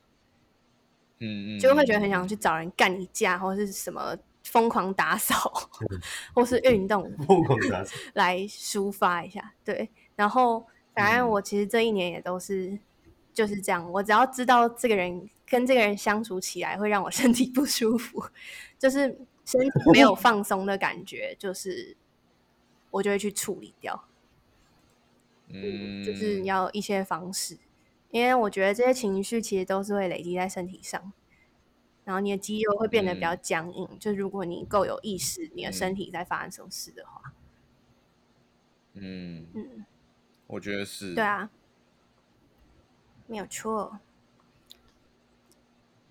Speaker 2: 嗯嗯，
Speaker 1: 就会觉得很想
Speaker 2: 嗯
Speaker 1: 去找人干一架，或是什么疯狂打扫，
Speaker 2: 嗯
Speaker 1: 或是运动，
Speaker 3: 疯狂打死，
Speaker 1: 来抒发一下。对，然后反正
Speaker 2: 嗯
Speaker 1: 我其实这一年也都是就是这样，我只要知道这个人跟这个人相处起来会让我 身体不舒服，就是身体没有放松的感觉，就是我就会去处理掉，
Speaker 2: 嗯，
Speaker 1: 就是要一些方式，因为我觉得这些情绪其实都是会累积在身体上。然后你的肌肉会变得比较僵硬，就如果你够有意识，你的身
Speaker 2: 嗯
Speaker 1: 体在发生什么事的话，
Speaker 2: 嗯，
Speaker 1: 嗯，
Speaker 2: 我觉得是，
Speaker 1: 对，啊，没有错。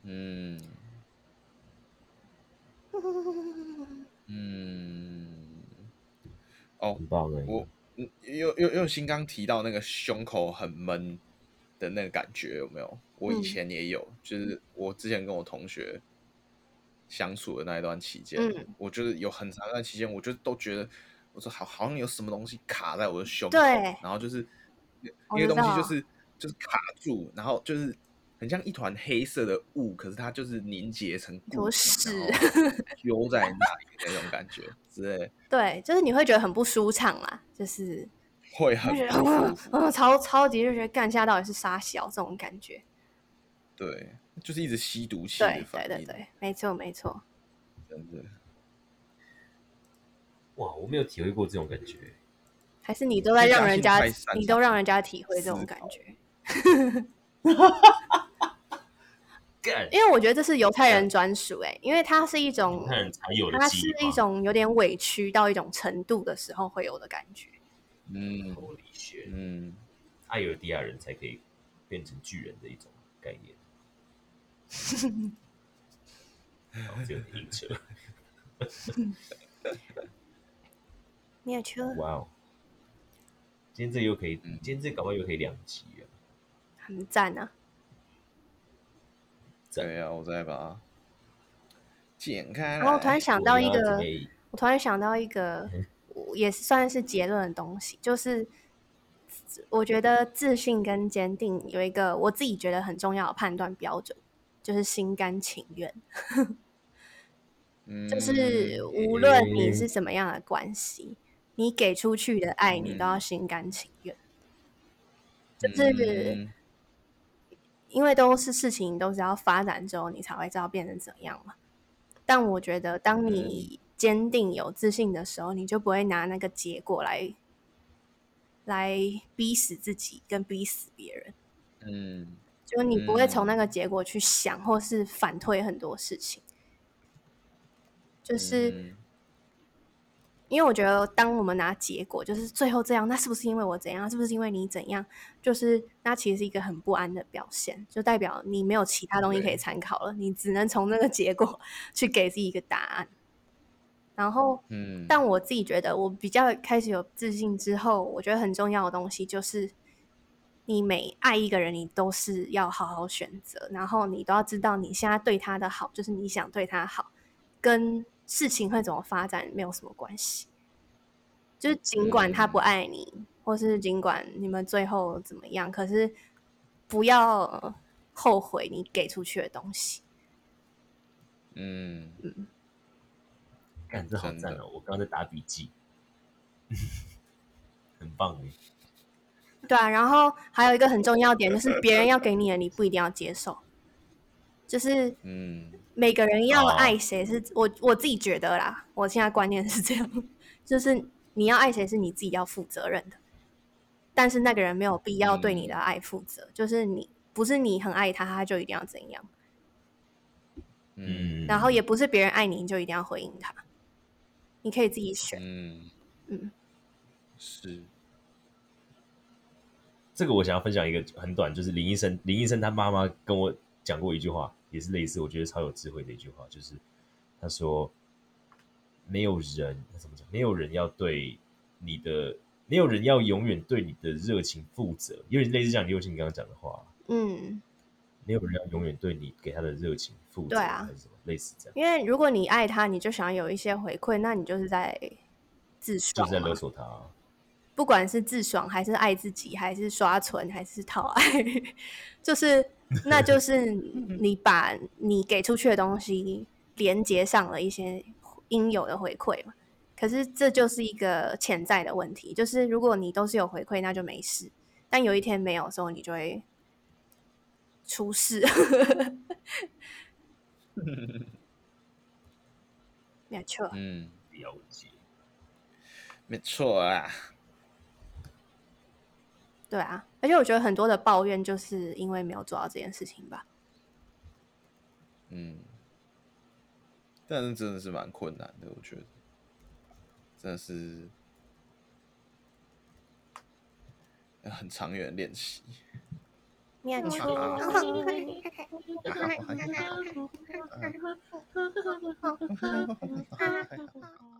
Speaker 2: 嗯嗯，哦，
Speaker 3: 很棒哎！
Speaker 2: 我嗯又又又新刚提到那个胸口很闷的那个感觉有没有？我以
Speaker 1: 嗯
Speaker 2: 前也有，就是我之前跟我同学相处的那一段期间，
Speaker 1: 嗯
Speaker 2: 我就是有很长一段期间，我就都觉得我说好好像有什么东西卡在我的胸口，
Speaker 1: 对
Speaker 2: 然后就是那
Speaker 1: 我
Speaker 2: 那个
Speaker 1: 知
Speaker 2: 东西就
Speaker 1: 道
Speaker 2: 是就是卡住，然后就是很像一团黑色的雾，可是它就是凝结成固
Speaker 1: 坨
Speaker 2: 体，然
Speaker 1: 屎
Speaker 2: 后 揪在那里的那种感觉之类，
Speaker 1: 对，就是你会觉得很不舒畅啦，就是
Speaker 2: 会
Speaker 1: 就
Speaker 2: 很
Speaker 1: 觉得
Speaker 2: 不舒
Speaker 1: 嗯
Speaker 2: 服。
Speaker 1: 嗯超超级就觉得干下到底是啥小这种感觉。
Speaker 2: 对，就是一直吸毒气
Speaker 1: 对
Speaker 2: 的
Speaker 1: 对
Speaker 2: 反
Speaker 1: 对
Speaker 2: 应，
Speaker 1: 对，没错没错。
Speaker 2: 真的。
Speaker 3: 哇，我没有体会过这种感觉，
Speaker 1: 还是你都在
Speaker 2: 你
Speaker 1: 让
Speaker 2: 讲
Speaker 1: 人
Speaker 2: 性
Speaker 1: 家
Speaker 2: 太擅，
Speaker 1: 你
Speaker 2: 长
Speaker 1: 都让人家体会这种
Speaker 2: 思
Speaker 1: 感觉，
Speaker 3: 干
Speaker 1: 因为我觉得这是犹太人专属哎、因为它是一种
Speaker 3: 犹，太人才有的
Speaker 1: 它
Speaker 3: 记
Speaker 1: 是
Speaker 3: 忆
Speaker 1: 一种有点委屈到一种程度的时候会有的感觉。
Speaker 2: 嗯
Speaker 3: 脱离 学，
Speaker 2: 嗯，
Speaker 3: 艾尔迪亚人才可以变成巨人的一种概 念。好哦这有点硬扯，
Speaker 1: 没有错，
Speaker 3: 哇哦！今天这又可以，
Speaker 2: 嗯
Speaker 3: 今天这搞不好又可以两集啊！
Speaker 1: 很赞啊！
Speaker 2: 对啊，我再把它剪开来。
Speaker 1: 然后我突然想到一
Speaker 3: 我要哎
Speaker 1: 个
Speaker 3: 准，备
Speaker 1: 我突然想到一个，我也算是结论的东西，就是我觉得自信跟坚定有一个我自己觉得很重要的判断标准，就是心甘情愿。
Speaker 2: 嗯，
Speaker 1: 就是无论你是什么样的关系，你给出去的爱，你都要
Speaker 2: 嗯
Speaker 1: 心甘情愿。就是
Speaker 2: 嗯
Speaker 1: 因为都是事情都是要发展之后，你才会知道变成怎样嘛。但我觉得，当你坚定有自信的时候，你就不会拿那个结果来来逼死自己，跟逼死别人。
Speaker 2: 嗯嗯
Speaker 1: 就是你不会从那个结果去想，或是反推很多事情。就是、
Speaker 2: 嗯
Speaker 1: 因为我觉得，当我们拿结果，就是最后这样，那是不是因为我怎样？是不是因为你怎样？就是那其实是一个很不安的表现，就代表你没有其他东西可以
Speaker 2: 对
Speaker 1: 参考了，你只能从那个结果 去给自己一个答案。然后，
Speaker 2: 嗯，
Speaker 1: 但我自己觉得，我比较开始有自信之后，我觉得很重要的东西就是，你每爱一个人，你都是要好好选择，然后你都要知道你现在对他的好，就是你想对他好，跟事情会怎么发展没有什么关系。就是尽管他不
Speaker 2: 嗯
Speaker 1: 爱你，或是尽管你们最后怎么样，可是不要呃后悔你给出去的东西。
Speaker 2: 嗯，
Speaker 3: 感这好
Speaker 2: 真
Speaker 3: 赞
Speaker 2: 的
Speaker 3: 哦！我刚刚在打笔记， 很棒哎。
Speaker 1: 对啊，然后还有一个很重要点就是，别人要给你的，你不一定要接受。就是
Speaker 2: 嗯，
Speaker 1: 每个人要
Speaker 3: 哦
Speaker 1: 爱谁是、我我自己觉得啦，我现在观念是这样，就是你要爱谁是你自己要负责任的，但是那个人没有必要对你的
Speaker 2: 嗯
Speaker 1: 爱负责，就是你不是你很爱他，他就一定要怎样，
Speaker 2: 嗯，
Speaker 3: 嗯，
Speaker 1: 然后也不是别人爱你，你就一定要回应他，你可以自己选。
Speaker 2: 嗯，
Speaker 1: 嗯，
Speaker 2: 是，
Speaker 3: 这个我想要分享一个很短，就是林医生，林医生他妈妈跟我讲过一句话，也是类似，我觉得超有智慧的一句话，就是他说，没有人怎么讲，没有人要对你的，没有人要永远对你的热情负责，有点类似像刘青刚刚讲的话，
Speaker 1: 嗯，
Speaker 3: 没有人要永远对你给他的热情负责，
Speaker 1: 对啊
Speaker 3: 还是什么类似这样，
Speaker 1: 因为如果你爱他，你就想要有一些回馈，那你就是在自
Speaker 3: 就
Speaker 1: 爽
Speaker 3: 是在
Speaker 1: 嘛
Speaker 3: 勒索他啊、
Speaker 1: 不管是自爽还是爱自己，还是刷存，还是讨爱， 就是那就是你把你给出去的东西连接上了一些应有的回馈嘛。可是这就是一个潜在的问题，就是如果你都是有回馈，那就没事；但有一天没有的时候，你就会出事。没错，
Speaker 2: 嗯，
Speaker 3: 了解。
Speaker 2: 没错啊，
Speaker 1: 对啊，而且我觉得很多的抱怨就是因为没有做到这件事情吧。
Speaker 2: 嗯，但是真的是蛮困难的，我觉得，真的是要很长远的练习。
Speaker 1: 面
Speaker 4: 我
Speaker 1: 条。
Speaker 4: 说。